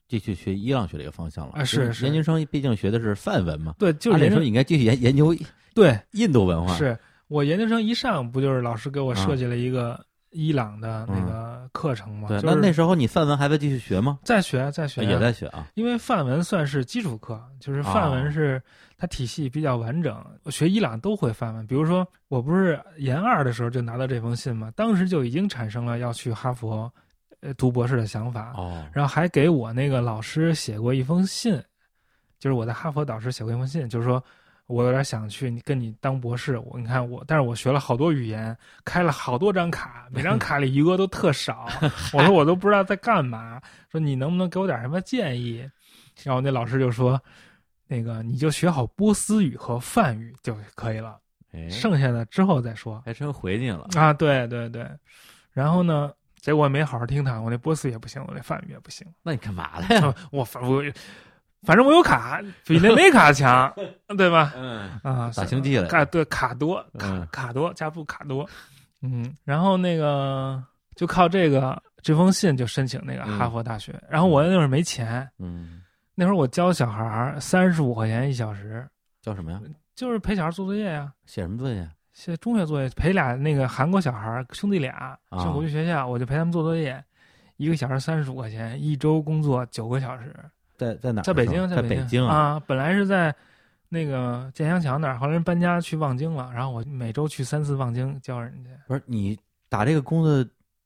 继续学伊朗学这个方向了啊是因为是研究生毕竟学的是梵文嘛，对，就是按理研说究你应该继续研 <laughs> 研究对印度文化，啊是我研究生一上不就是老师给我设计了一个伊朗的那嗯个课程嘛？对。就那那是时候你梵文还在继续学吗？再学再学也在学啊，因为范文算是基础课，就是范文是它体系比较完整，学伊朗都会范文。比如说，我不是研二的时候就拿到这封信嘛，当时就已经产生了要去哈佛，呃，读博士的想法。哦，然后还给我那个老师写过一封信，就是我的哈佛导师写过一封信，就是说我有点想去你跟你当博士，我你看我，但是我学了好多语言，开了好多张卡，每张卡里余额都特少，我说我都不知道在干嘛，说你能不能给我点什么建议？然后那老师就说，那个你就学好波斯语和梵语就可以了，哎，剩下的之后再说。还真回你了，啊，对对对，然后呢，结果没好好听他，我那波斯语也不行，我那梵语也不行。那你干嘛了呀？啊我反我反正我有卡，比那没卡强，对吧？嗯，啊，打星际了卡对卡多卡嗯卡多加布卡多，嗯，然后那个就靠这个这封信就申请那个哈佛大学，然后我那会儿没钱，嗯，那会儿我教小孩儿三十五块钱一小时，叫什么呀？就是陪小孩做作业呀、写什么作业？写中学作业，陪俩那个韩国小孩儿兄弟俩啊上国际学校，我就陪他们做作业，一个小时三十五块钱，一周工作九个小时，在在哪儿上？在北京，啊在北北京啊，啊！本来是在那个建祥桥那儿，后来人搬家去望京了，然后我每周去三次望京教人家不是你打这个工作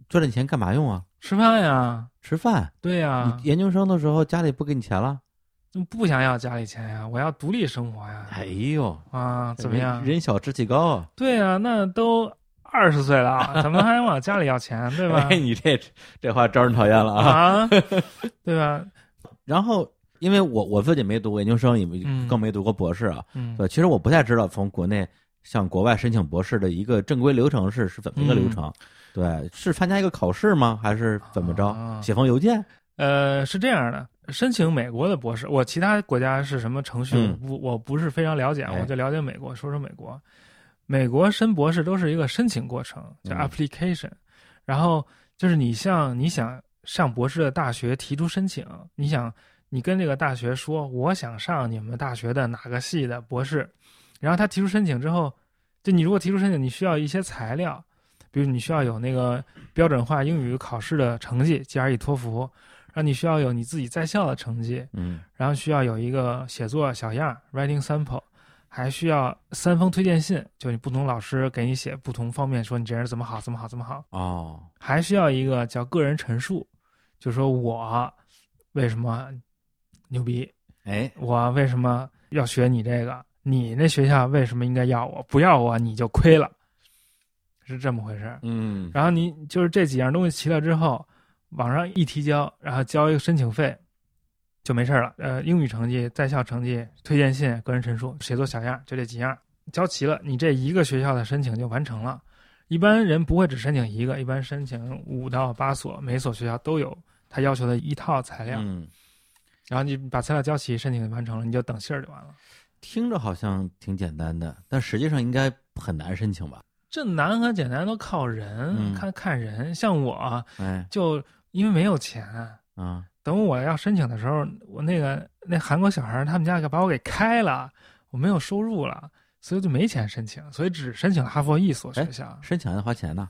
赚这钱干嘛用啊？吃饭呀，吃饭。对呀你，研究生的时候家里不给你钱了？就不想要家里钱呀，我要独立生活呀，哎呦，啊，怎么人样？人小志气高啊！对呀，那都二十 <laughs> 岁了，啊怎么还往家里要钱，对吧哎，？你这这话招人讨厌了啊！ <laughs> 啊，对吧？然后，因为我我自己没读过研究生，也没嗯更没读过博士啊。嗯，对，其实我不太知道从国内向国外申请博士的一个正规流程是是怎么一个流程。嗯对，是参加一个考试吗？还是怎么着？啊写封邮件？呃，是这样的，申请美国的博士，我其他国家是什么程序，嗯我不我不是非常了解，哎我就了解美国，说说美国。美国申博士都是一个申请过程，叫嗯 application，、然后就是你向你想上博士的大学提出申请，你想你跟这个大学说，我想上你们大学的哪个系的博士，然后他提出申请之后，就你如果提出申请，你需要一些材料，比如你需要有那个标准化英语考试的成绩，GRE、托福，然后你需要有你自己在校的成绩，嗯，然后需要有一个写作小样儿 （writing sample），还需要三封推荐信，就你不同老师给你写不同方面，说你这人怎么好，怎么好，怎么好，哦，还需要一个叫个人陈述，就说我为什么牛逼，哎，我为什么要学你这个，你那学校为什么应该要我，不要我你就亏了，是这么回事儿。嗯，然后你就是这几样东西齐了之后，网上一提交，然后交一个申请费，就没事儿了。呃，英语成绩、在校成绩、推荐信、个人陈述、写作小样，就这几样交齐了，你这一个学校的申请就完成了。一般人不会只申请一个，一般申请五到八所，每所学校都有他要求的一套材料。嗯，然后你把材料交齐，申请就完成了，你就等信儿就完了。听着好像挺简单的，但实际上应该很难申请吧？这难和简单都靠人，嗯看看人。像我哎，就因为没有钱，啊，等我要申请的时候，我那个那韩国小孩儿他们家给把我给开了，我没有收入了，所以就没钱申请，所以只申请了哈佛一所学校，申请还得花钱呢。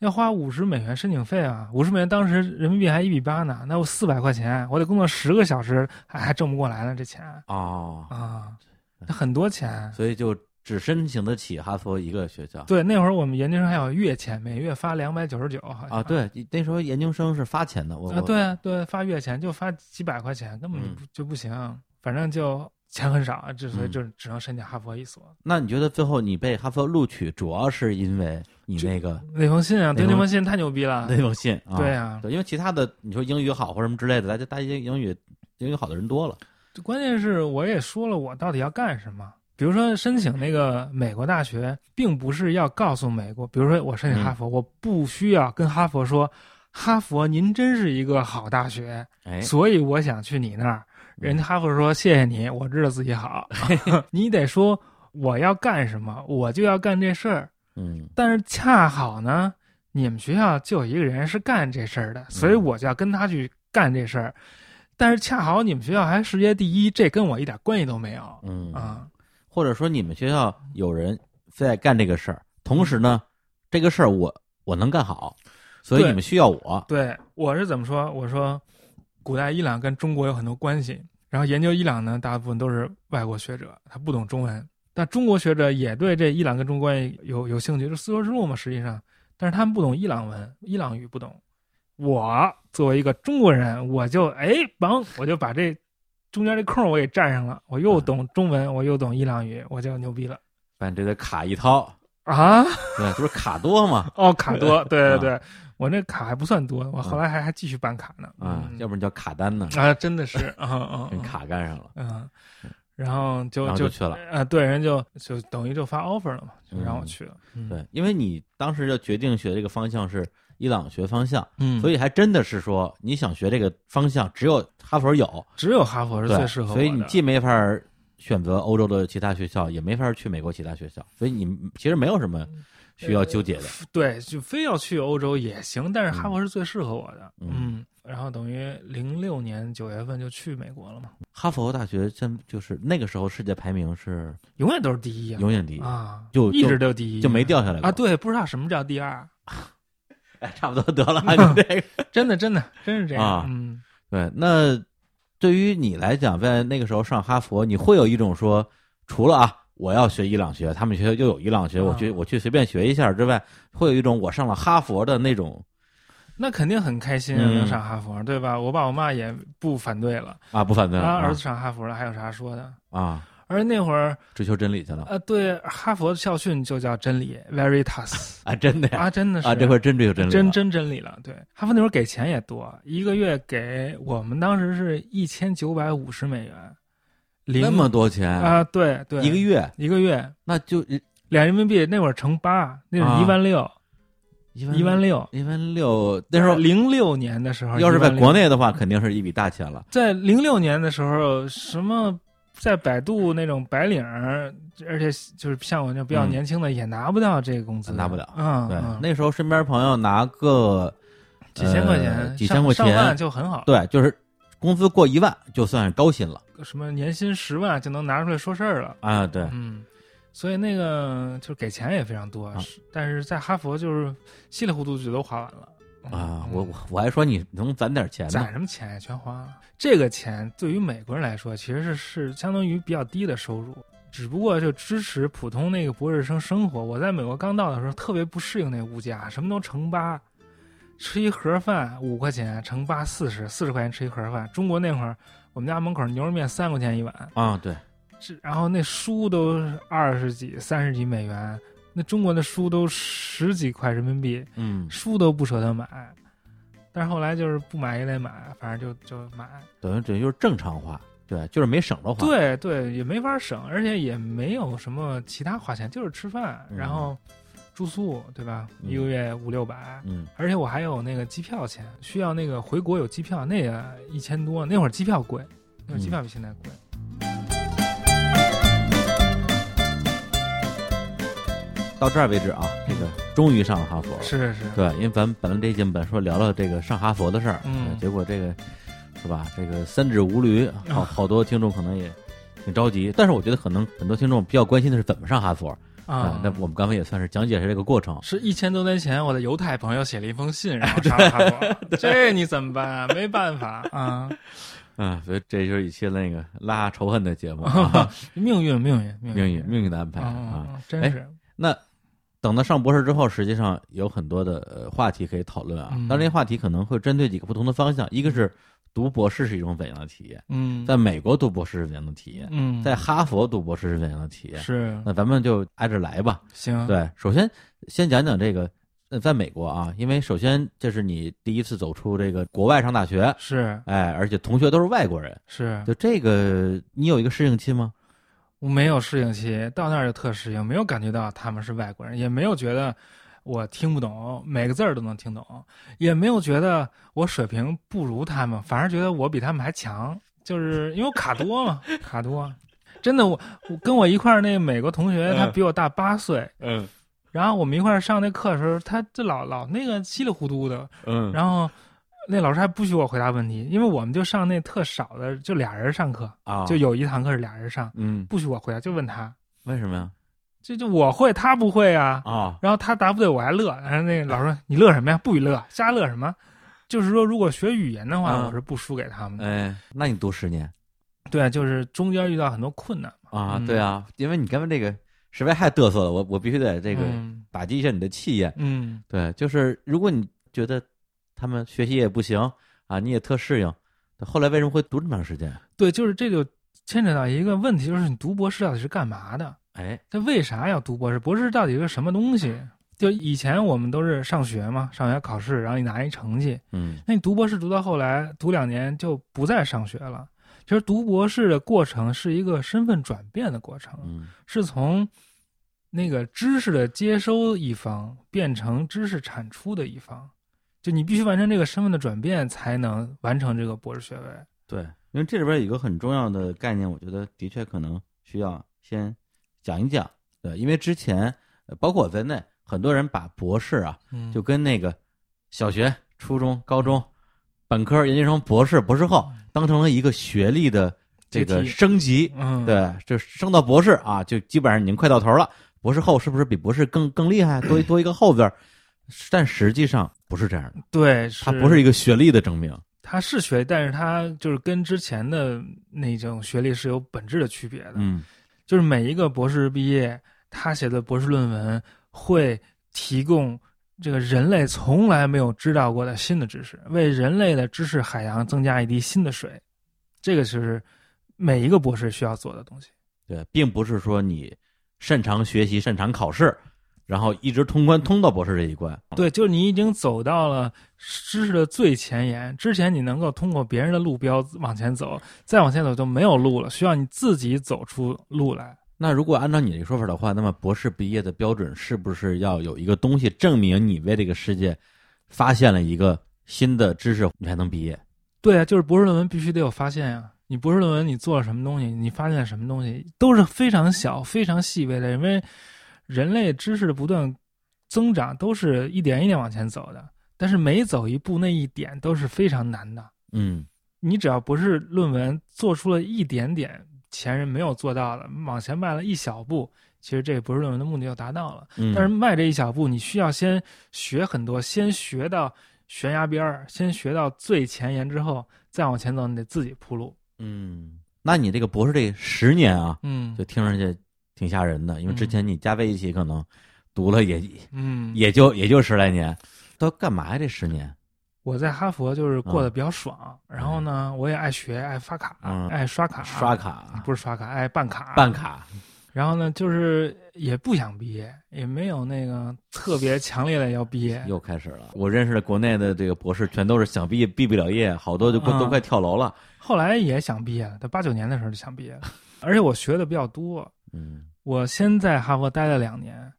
要花五十美元申请费啊，五十美元当时人民币还一比八呢，那我四百块钱，我得工作十个小时还还挣不过来呢，这钱哦，啊，那很多钱。所以就只申请得起哈佛一个学校。对，那会儿我们研究生还有月钱，每月发两百九十九，好像啊，对，那时候研究生是发钱的，我啊，我对啊，对，发月钱就发几百块钱，根本就不、就不行。反正就钱很少，之所以嗯就只能申请哈佛一所。那你觉得最后你被哈佛录取，主要是因为你那个那封信啊，对那封那封信太牛逼了，那封信啊？对啊，对，因为其他的你说英语好或者什么之类的，大家大家英语英语好的人多了，就关键是我也说了，我到底要干什么？比如说申请那个美国大学，并不是要告诉美国，比如说我嗯申请哈佛，我不需要跟哈佛说，哈佛您真是一个好大学，哎，嗯所以我想去你那儿。人家哈佛说谢谢你，我知道自己好。 <laughs> 你得说我要干什么，我就要干这事儿。嗯但是恰好呢，你们学校就有一个人是干这事儿的，所以我就要跟他去干这事儿。但是恰好你们学校还世界第一，这跟我一点关系都没有嗯啊。或者说你们学校有人非在干这个事儿，同时呢，这个事儿我我能干好，所以嗯对你们需要我。对，我是怎么说？我说，古代伊朗跟中国有很多关系，然后研究伊朗呢，大部分都是外国学者，他不懂中文。但中国学者也对这伊朗跟中国关系有有兴趣，就是丝绸之路嘛，实际上，但是他们不懂伊朗文，伊朗语不懂。我作为一个中国人，我就哎，帮我就把这中间这空我给占上了，我又懂中文，我又懂伊朗语，我就牛逼了反正这得卡一掏，啊！对，不是卡多嘛哦，卡 <laughs> 多，对啊对对，我那卡还不算多，我后来还还继续办卡呢啊，嗯要不然叫卡单呢， <laughs> 啊，真的是，啊啊，跟卡干上了，嗯，然后就然后就就去了。啊，对，人就就等于就发 offer 了嘛，就让我嗯去了。对，因为你当时就决定学这个方向是伊朗学方向，嗯所以以还真的是说你想学这个方向，只有哈佛有，只有哈佛是对最适合我所的。以你既没法儿选择欧洲的其他学校，也没法儿去美国其他学校，所以你其实没有什么需要纠结的。嗯对，就非要去欧洲也行，但是哈嗯佛是最适合我的。嗯嗯，然后等于零六年九月份就去美国了嘛，哈佛大学真就是那个时候世界排名是永远都是第一啊，永远第一，啊，就一就直都第一，就没掉下来过啊。，对，不知道什么叫第二，哎 <laughs> 差不多得 <laughs> 了，你这个真的真的真是这样。啊嗯，对。那对于你来讲，在那个时候上哈佛，你会有一种说，除了啊。我要学伊朗学，他们学校又有伊朗学，我去啊我去随便学一下之外，会有一种我上了哈佛的那种那肯定很开心啊，嗯能上哈佛，对吧？我爸我妈也不反对了，啊不反对啊，儿啊子上哈佛了，还有啥说的？啊而那会儿，追求真理去了呃，对哈佛的校训就叫真理 <laughs> （Veritas） 啊真的呀啊，真的是 <laughs> 啊，这回真追求真理了，真真真理了。对，哈佛那会儿给钱也多，一个月给我们当时是一千九百五十美元，零那么多钱啊，对对，一个月一个月那就两人民币，那会儿乘八，那啊是一万六，一一万六。一万六，那时候零六年的时候，要是在16国，内的话，肯定是一笔大钱了。在零六年的时候，什么在百度那种白领儿，而且就是像我这种比较嗯年轻的，也拿不到这个工资，拿不了嗯，对嗯，那时候身边朋友拿个几千块钱，呃上几千块钱上万就很好。对，就是工资过一万就算是高薪了什么年薪十万就能拿出来说事儿了。啊。对，嗯，所以那个就是给钱也非常多，啊是但是在哈佛就是稀里糊涂就都花完了。嗯啊，嗯我我我还说你能攒点钱呢攒什么钱呀，全花了。这个钱对于美国人来说，其实是是相当于比较低的收入，只不过就支持普通那个博士生生活。我在美国刚到的时候，特别不适应那物价，什么都乘八，吃一盒饭五块钱，乘八四十，四十块钱吃一盒饭。中国那会儿，我们家门口牛肉面三块钱一碗，啊。对，这然后那书都二十几、三十几美元，那中国的书都十几块人民币，嗯，书都不舍得买，但是后来就是不买也得买，反正就就买。等于等于就是正常花，对，就是没省着花。，对对，也没法省，而且也没有什么其他花钱，就是吃饭，嗯然后住宿，对吧？嗯一个月五六百，嗯而且我还有那个机票钱，需要那个回国有机票，那也一千多，那会儿机票贵，那会儿机票比现在贵。到这儿为止啊，这个终于上了哈佛了。是是，对，因为咱们本来这节目本来说聊聊这个上哈佛的事儿，嗯对结果这个是吧？这个三指无驴，好啊好多听众可能也挺着急，但是我觉得可能很多听众比较关心的是怎么上哈佛啊，那我们刚才也算是讲解了这个过程。是一千多年前，我的犹太朋友写了一封信，然后查了哈佛，这你怎么办啊？没办法啊，嗯，所以这就是一期那个拉仇恨的节目、 <laughs> 啊，命运命运命命运命运的安排啊。啊，真是那等到上博士之后，实际上有很多的呃话题可以讨论啊。嗯当然，这些话题可能会针对几个不同的方向，一个是读博士是一种怎样的体验，嗯，在美国读博士是怎样的体验，嗯在哈佛读博士是怎样的体验？是嗯那咱们就挨着来吧。行，对，首先先讲讲这个，呃，在美国啊，因为首先这是你第一次走出这个国外上大学，是哎，而且同学都是外国人，是，就这个你有一个适应期吗？我没有适应期，到那儿就特适应，没有感觉到他们是外国人，也没有觉得我听不懂，每个字儿都能听懂，也没有觉得我水平不如他们，反而觉得我比他们还强， <laughs> 就是因为我卡多嘛，卡多。真的，我我跟我一块儿那美国同学，他嗯比我大八岁，嗯然后我们一块儿上那课的时候，他这老老那个稀里糊涂的，嗯然后那老师还不许我回答问题，因为我们就上那特少的，就俩人上课，啊，就有一堂课是俩人上，嗯，不许我回答，就问他，为什么呀？这就我会，他不会啊。啊，然后他答不对，我还乐。然后那个老师说：“你乐什么呀？不许乐，瞎乐什么？”就是说，如果学语言的话，嗯我是不输给他们的。哎，那你读十年对，啊就是中间遇到很多困难嘛。啊？嗯对啊，因为你刚才这个实在太嘚瑟了，我我必须得这个嗯打击一下你的气焰。嗯对，就是如果你觉得他们学习也不行啊，你也特适应，那后来为什么会读这么长时间？啊对，就是这就牵扯到一个问题，就是你读博士到底是干嘛的？哎，他为啥要读博士？博士到底是个什么东西？就以前我们都是上学嘛，上学考试，然后你拿一成绩。嗯那你读博士读到后来，读两年就不再上学了。其实读博士的过程是一个身份转变的过程，嗯是从那个知识的接收一方变成知识产出的一方，就你必须完成这个身份的转变，才能完成这个博士学位。对，因为这里边有一个很重要的概念，我觉得的确可能需要先讲一讲。对，因为之前呃包括我在内，很多人把博士啊嗯就跟那个小学、初中、高中、本科、研究生、博士、博士后当成了一个学历的这个嗯阶梯升级。嗯，对，就升到博士啊，就基本上已经快到头了。博士后是不是比博士更更厉害？多一多一个后字儿，但实际上不是这样的，对，它不是一个学历的证明。他是学历，但是他就是跟之前的那种学历是有本质的区别的。嗯就是每一个博士毕业，他写的博士论文会提供这个人类从来没有知道过的新的知识，为人类的知识海洋增加一滴新的水。这个就是每一个博士需要做的东西。对，并不是说你擅长学习、擅长考试，然后一直通关通到博士这一关。对，就是你已经走到了知识的最前沿，之前你能够通过别人的路标往前走，再往前走就没有路了，需要你自己走出路来。那如果按照你这个说法的话，那么博士毕业的标准是不是要有一个东西证明你为这个世界发现了一个新的知识，你才能毕业？对啊，就是博士论文必须得有发现呀、你博士论文你做了什么东西，你发现了什么东西，都是非常小、非常细微的，因为人类知识的不断增长都是一点一点往前走的，但是每走一步那一点都是非常难的。嗯，你只要博士论文做出了一点点前人没有做到的，往前迈了一小步，其实这个博士论文的目的就达到了。嗯但是迈这一小步，你需要先学很多，先学到悬崖边儿，先学到最前沿之后，再往前走，你得自己铺路。嗯，那你这个博士这十年啊，嗯就听上去挺吓人的，因为之嗯前你加在一起可能读了也、嗯，也就也就十来年，都干嘛呀？这十年，我在哈佛就是过得比较爽，然后呢，我也爱学，爱发卡，嗯爱刷卡，刷卡、不是刷卡，爱办卡，办。卡，然后呢，就是也不想毕业，也没有那个特别强烈的要毕业。又开始了。我认识的国内的这个博士，全都是想毕业毕不了业，好多就快、嗯都快跳楼了。后来也想毕业了，在八九年的时候就想毕业了，而且我学的比较多，嗯我先在哈佛待了两年，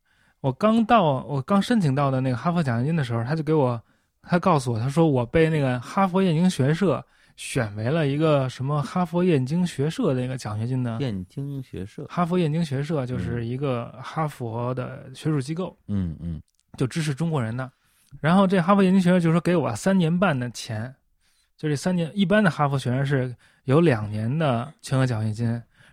我刚到我刚申请到的那个哈佛奖学金的时候，他就给我，他告诉我，他说我被那个哈佛燕京学社选为了一个什么哈佛燕京学社的一个奖学金呢？燕京学社，哈佛燕京学社就是一个哈佛的学术机构，嗯嗯，就支持中国人的。然后这哈佛燕京学社就说给我三年半的钱，就这三年，一般的哈佛学生是有两年的全额奖学金，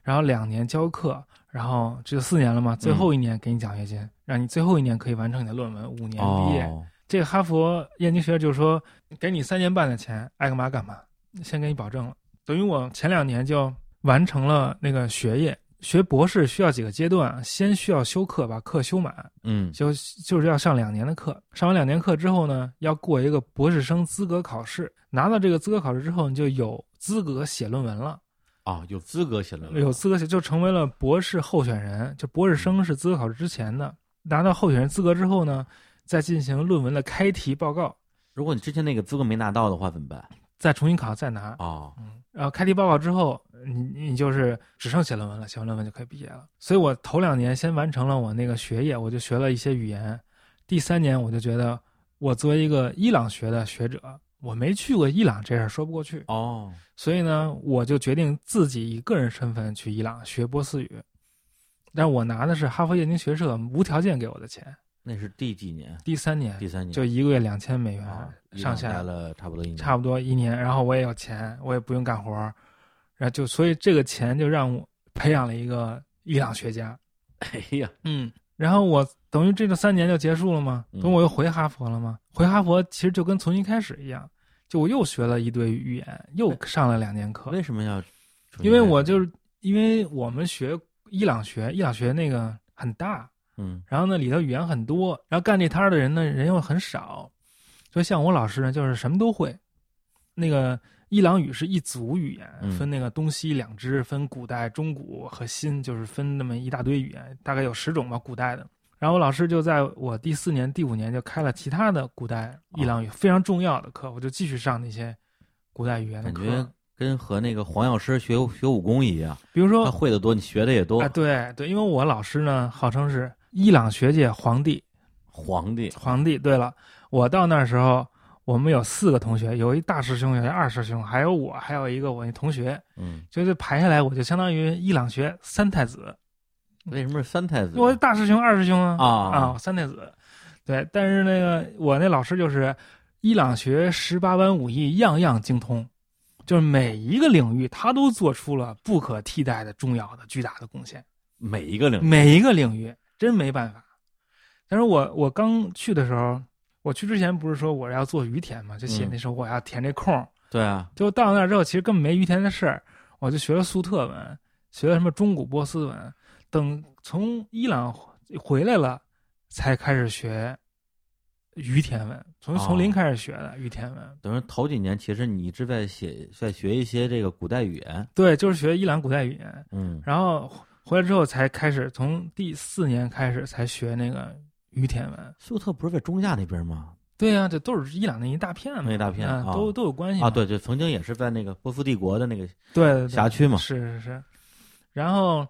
然后两年教课，然后这就四年了嘛，最后一年给你奖学金，让你最后一年可以完成你的论文，五年毕业。哦，这个哈佛燕京学社就说给你三年半的钱，爱干嘛干嘛，先给你保证了。等于我前两年就完成了那个学业，学博士需要几个阶段，先需要修课，把课修满，嗯就就是要上两年的课。上完两年课之后呢，要过一个博士生资格考试。拿到这个资格考试之后，你就有资格写论文了，啊，有资格写论文，有资格写就成为了博士候选人。就博士生是资格考试之前的，拿到候选人资格之后呢，再进行论文的开题报告，如果你之前那个资格没拿到的话，怎么办？再重新考，再拿。哦，然后开题报告之后，你你就是只剩写论文了，写完论文就可以毕业了。所以我头两年先完成了我那个学业，我就学了一些语言。第三年我就觉得，我作为一个伊朗学的学者，我没去过伊朗这事儿说不过去，哦，所以呢，我就决定自己以个人身份去伊朗学波斯语。但我拿的是哈佛燕京学社无条件给我的钱。那是第几年？第三年哦第三年，就一个月两千美元啊，伊朗上下待了差不多一年，差不多一年，然后我也有钱，我也不用干活儿，然后就所以这个钱就让我培养了一个伊朗学家，哎呀，嗯，然后我等于这个三年就结束了嘛，嗯等我又回哈佛了嘛，回哈佛其实就跟重新开始一样，就我又学了一堆语言，又上了两年课，为什么要重新开始？因为我就是因为我们学伊朗学，伊朗学那个很大，嗯然后呢里头语言很多，然后干这摊儿的人呢人又很少，所以像我老师呢就是什么都会。那个伊朗语是一组语嗯言，分那个东西两支，分古代、中古和新，就是分那么一大堆语言，大概有十种吧，古代的。然后我老师就在我第四年、第五年就开了其他的古代哦伊朗语非常重要的课，我就继续上那些古代语言的感课，觉跟和那个黄药师学学武功一样，比如说他会的多，你学的也多哦啊，。对对，因为我老师呢号称是伊朗学界皇帝，皇帝嗯皇帝。对了，我到那时候，我们有四个同学，有一大师兄，有一二师兄，还有我，还有一个我那同学，嗯，就是排下来，我就相当于伊朗学三太子。为什么是三太子？我大师兄、二师兄啊，啊啊，三太子。对，但是那个我那老师就是伊朗学十八般武艺，样样精通，就是每一个领域他都做出了不可替代的重要的巨大的贡献。每一个 <laughs> 领域每一个领域，真没办法。但是我我刚去的时候，我去之前不是说我要做于田嘛，就写嗯那时候我要填这空儿。对啊，就到那儿之后，其实根本没于田的事儿，我就学了粟特文，学了什么中古波斯文，等从伊朗回回来了，才开始学于田文，从哦从零开始学的于田文。等于头几年其实你一直在写在学一些这个古代语言，对，就是学伊朗古代语言。嗯，然后回来之后才开始，从第四年开始才学那个于田文。苏特不是在中亚那边吗？对啊呀、这都是伊朗那一大片嘛，那一大片嗯啊都都有关系嘛啊，对对，曾经也是在那个波斯帝国的那个对对对辖区嘛，是是是。然后，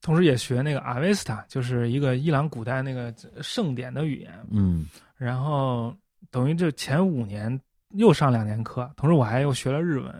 同时也学那个阿维斯塔，就是一个伊朗古代那个盛典的语言。嗯，然后等于这前五年又上两年课，同时我还又学了日文，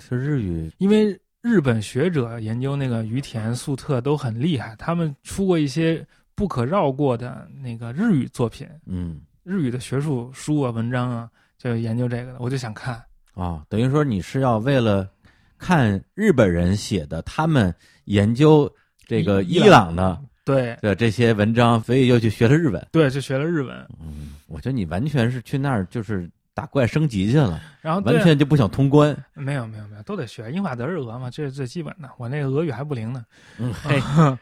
是日语因为日本学者研究那个于田、粟特都很厉害，他们出过一些不可绕过的那个日语作品，嗯日语的学术书啊、文章啊，就研究这个的，我就想看。啊，等于说你是要为了看日本人写的，他们研究这个伊伊朗的对的这些文章，所以又去学了日本。对，就学了日文，嗯，我觉得你完全是去那儿就是打怪升级去了，然哦后对啊完全就不想通关。没有没有没有，都得学英法德日俄嘛，这是最基本的。我那个俄语还不灵呢，嗯，嘿， <laughs>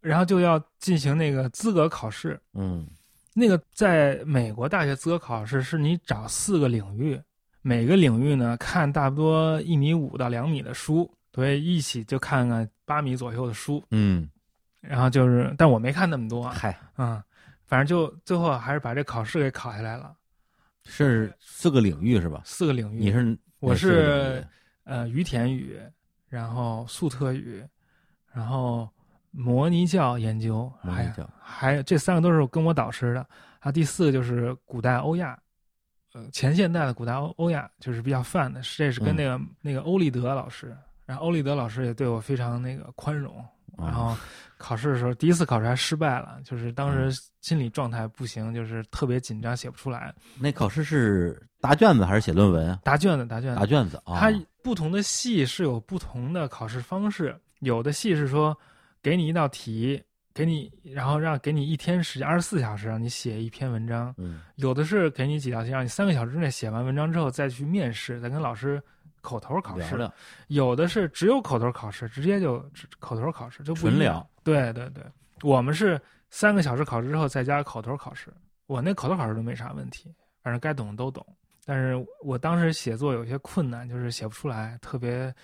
然后就要进行那个资格考试。嗯那个在美国大学资格考试是你找四个领域，每个领域呢看差不多一米五到两米的书，所以一起就看看八米左右的书。嗯，然后就是，但我没看那么多啊，嗨，嗯，反正就最后还是把这考试给考下来了。是四个领域是吧？四个领域，你是我四个领是域呃于田语，然后粟特语，然后摩尼教研究，摩尼还有教还有这三个都是跟我导师的。还有第四个就是古代欧亚，呃，前现代的古代欧欧亚就是比较泛的，这是跟嗯那个、那个欧立德老师，然后欧立德老师也对我非常那个宽容。然啊后考试的时候，第一次考试还失败了，就是当嗯时心理状态不行，就是特别紧张，写不出来。那考试是答卷子还是写论文啊？答卷子，答卷子答，卷子啊，它不同的系是有不同的考试方式，有的系是说给你一道题，给你然后让给你一天时间，二十四小时让你写一篇文章；嗯有的是给你几道题，让你三个小时之内写完文章之后再去面试，再跟老师口头考聊试，聊，有的是只有口头考试，直接就只口头考试就不纯一样啊聊。对对对，我们是三个小时考试之后再加口头考试，我那口头考试都没啥问题，反正该懂的都懂。但是我当时写作有些困难，就是写不出来，特别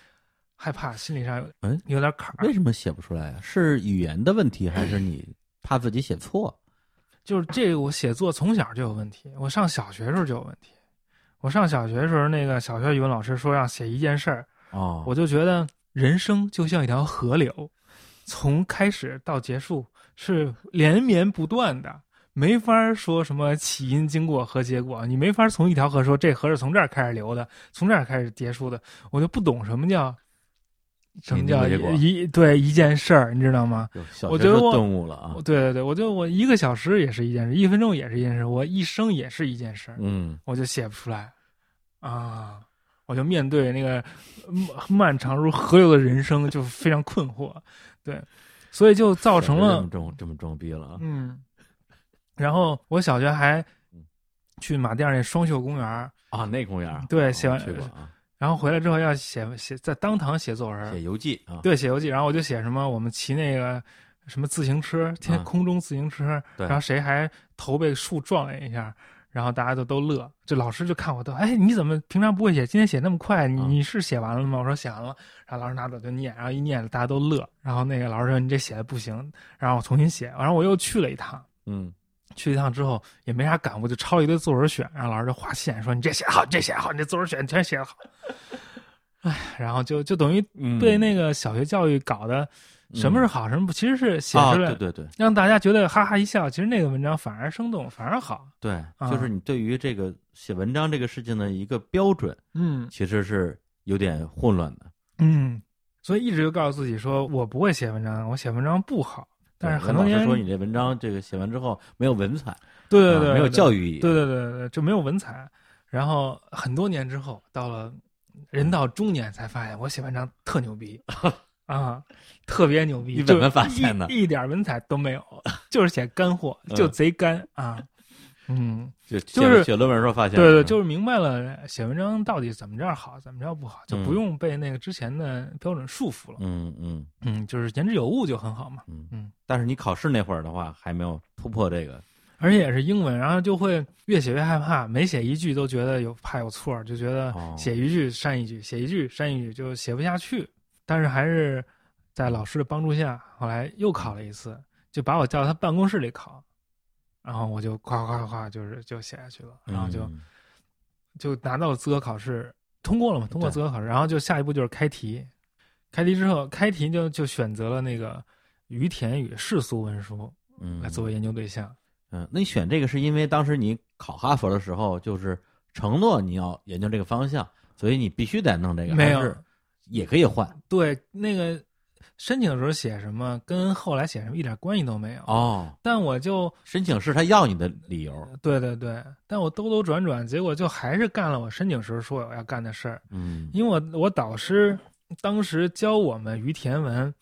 害怕，心理上有嗯有点坎儿为。什么写不出来啊？是语言的问题，还是 <clears throat> 你怕自己写错？就是这个我写作从小就有问题，我上小学时候就有问题。我上小学时候，那个小学语文老师说让写一件事儿，哦，我就觉得人生就像一条河流，从开始到结束是连绵不断的，没法儿说什么起因、经过和结果，你没法儿从一条河说这河是从这儿开始流的，从这儿开始结束的，我就不懂什么叫什么叫起因经过结果一一对一件事儿，你知道吗？有小我学觉得就我顿悟了啊我。对对对，我就我一个小时也是一件事，一分钟也是一件事，我一生也是一件事，嗯，我就写不出来啊，我就面对那个嗯漫长如河流的人生，就非常困惑，对，所以就造成这了么装这么装逼了啊。嗯，然后我小学还嗯去马甸儿那双秀公园儿，啊，那公园儿对哦写完去过啊，然后回来之后要写写在当堂写作文儿，写游记啊，对，写游记，然后我就写什么我们骑那个什么自行车，天嗯空中自行车，对然后谁还头被树撞了一下，然后大家就都乐，这老师就看我都，哎，你怎么平常不会写，今天写那么快，你、嗯你是写完了吗？我说写完了，然后老师拿走就念，然后一念大家都乐，然后那个老师说你这写的不行，然后我重新写，然后我又去了一趟。嗯，去一趟之后也没啥感悟，就抄了一堆作文选，然后老师就划线说：“你这写得好，你这写得好，你这作文选全写得好。” <laughs> 哎，然后就就等于嗯被那个小学教育搞得什么是好，什么不，其实是写啊，出来、对对对让大家觉得哈哈一笑，其实那个文章反而生动，反而好。对，啊就是你对于这个写文章这个事情的一个标准，嗯其实是有点混乱的。嗯，所以一直就告诉自己说，我不会写文章，我写文章不好。但是对很多老年师说你这文章这个写完之后没有文采，对对对，啊没有对教育意义，对对对对，就没有文采。然后很多年之后，到了人到中年，才发现我写文章特 <laughs> 牛逼啊，特别牛逼。你怎么就发现的一？一点文采都没有，就是写干货，就嗯贼干啊。嗯，就就写是写论文时候发现对的，对，是就是明白了写文章到底怎么着好，怎么着不好，就不嗯用被那个之前的标准束缚了。嗯嗯嗯，就是言之有物就很好嘛。嗯嗯。但是你考试那会儿的话，还没有突破这个，而且也是英文，然后就会越写越害怕，每写一句都觉得有怕有错，就觉得哦写一句删一句，写一句删一句，就写不下去。但是还是在老师的帮助下，后来又考了一次，就把我叫到他办公室里考，然后我就夸夸夸，就是就写下去了，然后就、嗯就拿到了资格考试，通过了嘛，通过对资格考试，然后就下一步就是开题，开题之后，开题就就选择了那个于田与世俗文书嗯来作为研究对象。嗯，那你选这个是因为当时你考哈佛的时候，就是承诺你要研究这个方向，所以你必须得弄这个，没还有是，也可以换对，那个申请的时候写什么，跟后来写什么一点关系都没有。哦。但我就申请是他要你的理由，对对对，但我兜兜转转，结果就还是干了我申请时候说我要干的事儿。嗯，因为我我导师当时教我们于田文，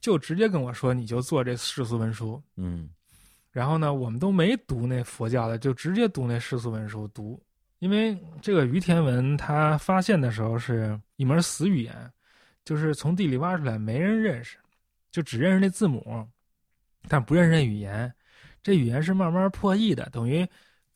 就直接跟我说，你就做这世俗文书。嗯然后呢，我们都没读那佛教的，就直接读那世俗文书读。因为这个于田文他发现的时候是一门死语言，就是从地里挖出来，没人认识，就只认识那字母，但不认识那语言。这语言是慢慢破译的，等于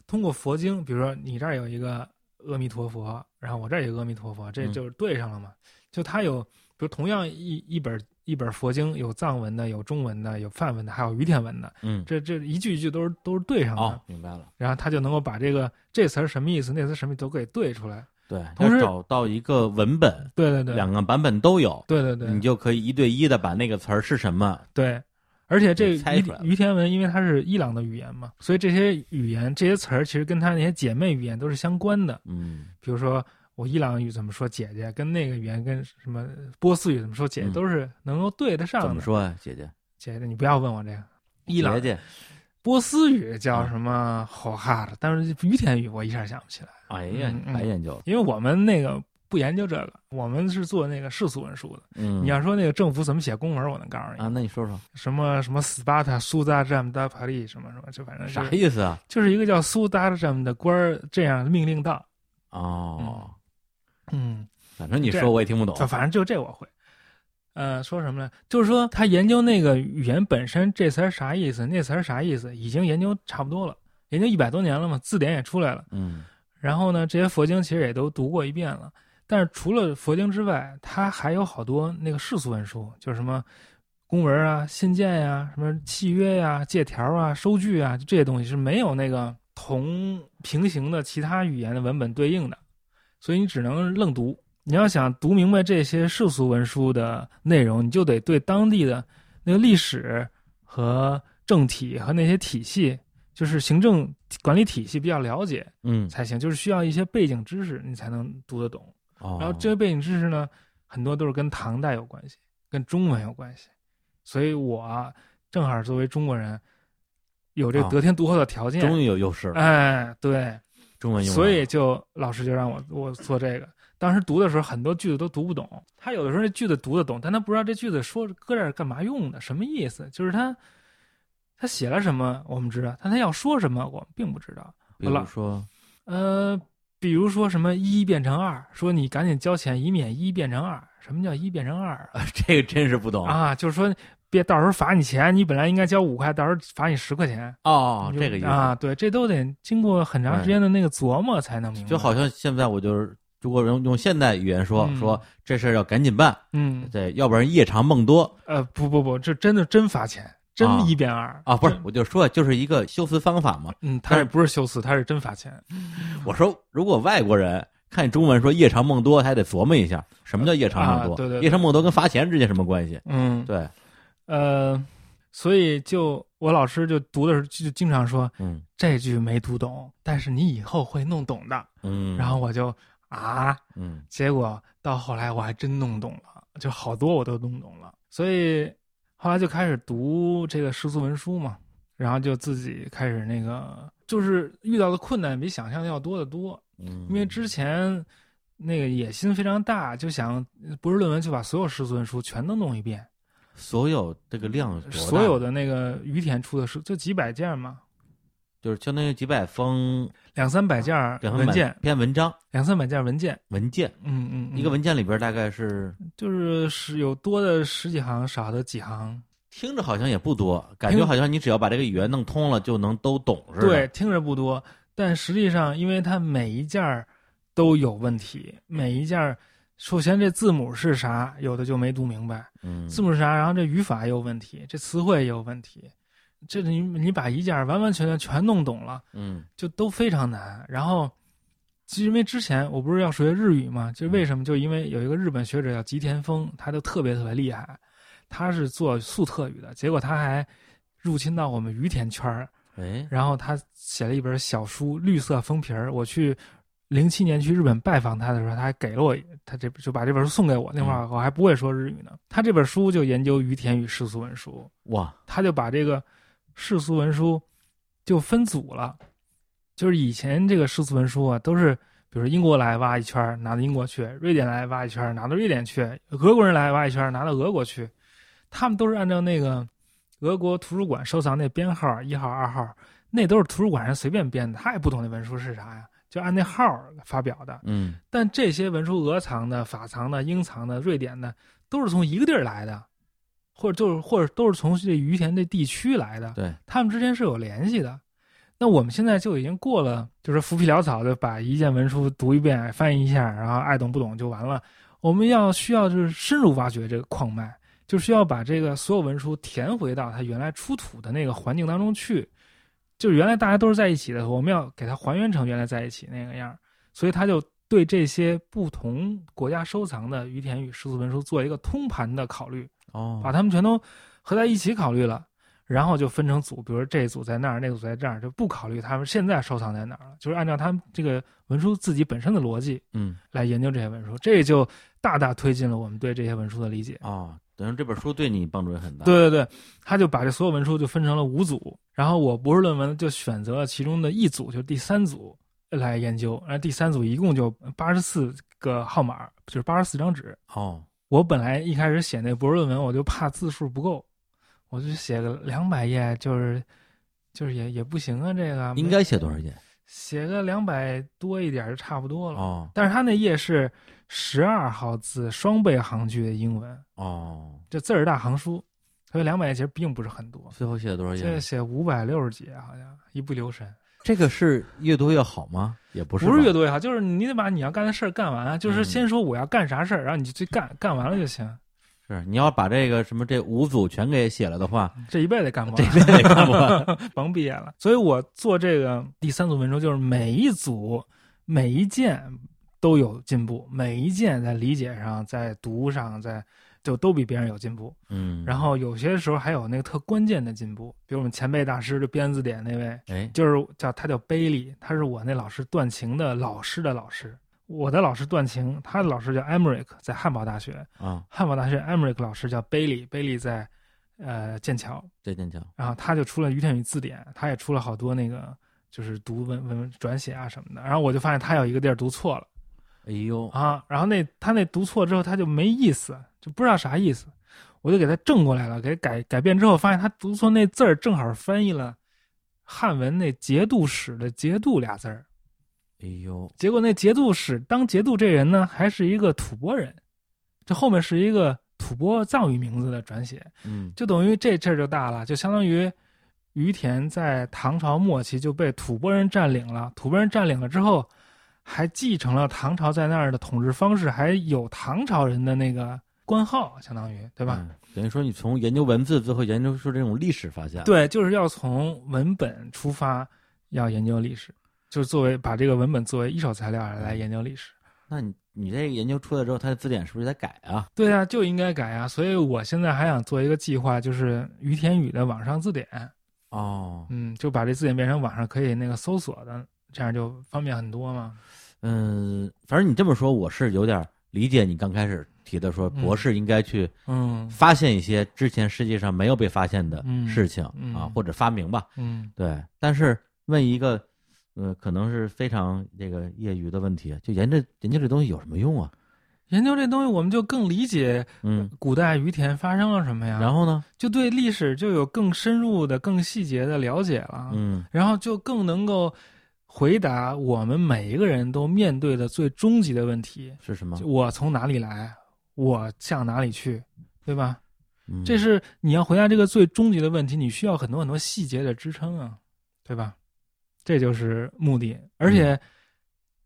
通过佛经，比如说你这儿有一个阿弥陀佛，然后我这儿有一个阿弥陀佛，这嗯就是对上了嘛。就它有，比如同样一一本一本佛经，有藏文的，有中文的，有梵文的，还有于田文的。嗯，这这一句一句都是都是对上的，哦，明白了，然后他就能够把这个这词儿什么意思，那词儿什么意思都给对出来。对，同时要找到一个文本，对对对，两嗯个版本都有，对对对你就可以一对一的把那个词儿是什么，对，而且这你猜于出来了于田文，因为它是伊朗的语言嘛，所以这些语言这些词儿其实跟他那些姐妹语言都是相关的。嗯，比如说我伊朗语怎么说姐姐，跟那个语言跟什么波斯语怎么说姐姐，嗯都是能够对得上的。怎么说呀、姐姐？姐姐，你不要问我这个。伊朗姐姐，波斯语嗯叫什么吼哈的，但是于田语我一下想不起来。哎呀嗯，嗯白研究了，因为我们那个不研究这个，我们是做那个世俗文书的。嗯，你要说那个政府怎么写公文，我能告诉你，啊，那你说说什么什么斯巴塔苏达占达帕利什么什么，就反正就啥是意思啊？就是一个叫苏达占的官儿这样命令到，哦，嗯，反正你这说样我也听不懂。反反正就这我会。呃，说什么呢？就是说他研究那个语言本身这词儿啥意思，那词儿啥意思，已经研究差不多了，研究一百多年了嘛，字典也出来了。嗯然后呢，这些佛经其实也都读过一遍了。但是除了佛经之外，它还有好多那个世俗文书，就是什么公文啊、信件呀、什么契约呀、借条啊、收据啊，就这些东西是没有那个同平行的其他语言的文本对应的，所以你只能愣读。你要想读明白这些世俗文书的内容，你就得对当地的那个历史和政体和那些体系，就是行政管理体系比较了解。嗯，才行，就是需要一些背景知识，你才能读得懂。哦，然后这些背景知识呢，很多都是跟唐代有关系，跟中文有关系。所以我啊正好作为中国人，有这哦个得天独厚的条件。终于有优势了，哎，对，中文用啊上所了以就老师就让我我做这个。当时读的时候，很多句子都读不懂。他有的时候这句子读得懂，但他不知道这句子说搁这儿干嘛用的，什么意思。就是他他写了什么我们知道，但他要说什么我们并不知道。比如说，呃，比如说什么一变成二，说你赶紧交钱，以免一变成二。什么叫一变成二啊？这个真是不懂 <laughs> 啊，就是说别到时候罚你钱，你本来应该交五块，到时候罚你十块钱。哦，你就这个意思啊，对，这都得经过很长时间的那个琢磨才能明白。哎就好像现在我就是，如果用用现代语言说嗯说这事儿要赶紧办，嗯，对，要不然夜长梦多呃，不不不，这真的真罚钱，真啊一变二啊，不是真，我就说就是一个修辞方法嘛。嗯，但他是也不是修辞，他是真罚钱。我说如果外国人看中文说夜长梦多，还得琢磨一下什么叫夜长梦多，啊对对对夜长梦多跟罚钱之间什么关系？嗯，对，呃，所以就我老师就读的时候就就经常说嗯这句没读懂，但是你以后会弄懂的。嗯，然后我就啊，嗯结果到后来我还真弄懂了，就好多我都弄懂了，所以后来就开始读这个世俗文书嘛，然后就自己开始那个，就是遇到的困难比想象的要多得多，嗯，因为之前那个野心非常大，就想博士论文就把所有世俗文书全都弄一遍，所有这个量多大，所有的那个于田出的书就几百件嘛，就是相当于几百封两三啊百件儿两文件，篇文章两三百件儿文件，文件，嗯嗯，嗯一个文件里边大概是就是是有多的十几行，少的几行，听着好像也不多，感觉好像你只要把这个语言弄通了，就能都懂似的。对，，听着不多，但实际上，因为它每一件儿都有问题，每一件儿首先这字母是啥，有的就没读明白，嗯，字母是啥，然后这语法也有问题，这词汇也有问题，这你你把一件儿完完全全全弄懂了，嗯就都非常难。然后，其实因为之前我不是要学日语嘛，就为什么？就因为有一个日本学者叫吉田丰，他就特别特别厉害，他是做粟特语的，结果他还入侵到我们于田圈儿，哎，然后他写了一本小书《绿色封皮儿》。我去零七年去日本拜访他的时候，他还给了我他这就把这本书送给我。那会儿我还不会说日语呢。他这本书就研究于田与世俗文书，哇，他就把这个世俗文书就分组了。就是以前这个世俗文书啊，都是比如说英国来挖一圈儿，拿到英国去；瑞典来挖一圈儿，拿到瑞典去；俄国人来挖一圈儿，拿到俄国去。他们都是按照那个俄国图书馆收藏那编号一号、二号，那都是图书馆上随便编的，他也不懂那文书是啥呀，就按那号儿发表的。嗯但这些文书俄藏的、法藏的、英藏的、瑞典的，都是从一个地儿来的，或者就是或者都是从这于田这地区来的，对，他们之间是有联系的。那我们现在就已经过了，就是浮皮潦草的把一件文书读一遍、翻译一下，然后爱懂不懂就完了。我们要需要就是深入挖掘这个矿脉，就需要把这个所有文书填回到它原来出土的那个环境当中去。就是原来大家都是在一起的，我们要给它还原成原来在一起那个样儿。所以他就对这些不同国家收藏的于田与世俗文书做一个通盘的考虑，哦，把它们全都合在一起考虑了，然后就分成组，比如说这一组在那儿，那组在这儿，就不考虑他们现在收藏在哪儿了，就是按照他们这个文书自己本身的逻辑嗯来研究这些文书，这就大大推进了我们对这些文书的理解。哦，等于这本书对你帮助也很大。，对对对，他就把这所有文书就分成了五组，然后我博士论文就选择了其中的一组，就是第三组来研究。然后第三组一共就八十四个号码，就是八十四张纸。哦，我本来一开始写那博士论文，我就怕字数不够，我就写个两百页，就是就是也也不行啊，这个应该写多少页？写个两百多一点儿就差不多了。哦，但是他那页是十二号字双倍行距的英文，哦，这字儿大行书，它有两百页，其实并不是很多。最后写了多少现在页？写五百六十几，啊好像一不留神，这个是越多越好吗？也不是吧，不是越多越好，就是你得把你要干的事儿干完啊，就是嗯先说我要干啥事儿，然后你就去干，干完了就 <laughs> 行。是你要把这个什么这五组全给写了的 <laughs> 话，这一辈子也干不这完，边也看不完。 <laughs> 甭毕业了。所以我做这个第三组文书，就是每一组每一件都有进步，每一件在理解上、在读上、在就都比别人有进步。嗯，然后有些时候还有那个特关键的进步，比如我们前辈大师就编字典那位，哎，就是叫他叫贝利，他是我那老师段晴的老师的老师。我的老师段晴，他的老师叫 Emerick，在汉堡大学。啊，汉堡大学 Emerick 老师叫贝利，贝利在呃剑桥。这剑桥，然后他就出了《于天宇字典》，他也出了好多那个就是读文文转写啊什么的。然后我就发现他有一个地儿读错了哎呦，啊，然后那他那读错之后他就没意思，就不知道啥意思，我就给他正过来了，给改改变之后发现他读错那字儿正好翻译了汉文那节度使的节度俩字儿。哎呦，结果那节度使当节度这人呢，还是一个吐蕃人，这后面是一个吐蕃藏语名字的转写。嗯，就等于这事儿就大了，就相当于于田在唐朝末期就被吐蕃人占领了。吐蕃人占领了之后，还继承了唐朝在那儿的统治方式，还有唐朝人的那个官号，相当于对吧？嗯？等于说你从研究文字，最后研究出这种历史发现，，对，就是要从文本出发，要研究历史，就是作为把这个文本作为一手材料来研究历史。那你你这个研究出来之后，它的字典是不是得改啊？对啊，就应该改啊！所以我现在还想做一个计划，就是于田宇的网上字典。哦，嗯，就把这字典变成网上可以那个搜索的，这样就方便很多嘛。嗯，反正你这么说，我是有点理解你刚开始提的说，嗯博士应该去嗯发现一些之前世界上没有被发现的嗯事情、嗯啊，或者发明吧，嗯对。但是问一个，呃，可能是非常这个业余的问题，就研究研究这东西有什么用啊？研究这东西，我们就更理解嗯，古代于田发生了什么呀，然后呢？就对历史就有更深入的、更细节的了解了，嗯，然后就更能够回答我们每一个人都面对的最终极的问题：是什么就？我从哪里来，我向哪里去，对吧？嗯这是你要回答这个最终极的问题，你需要很多很多细节的支撑啊，对吧？这就是目的，而且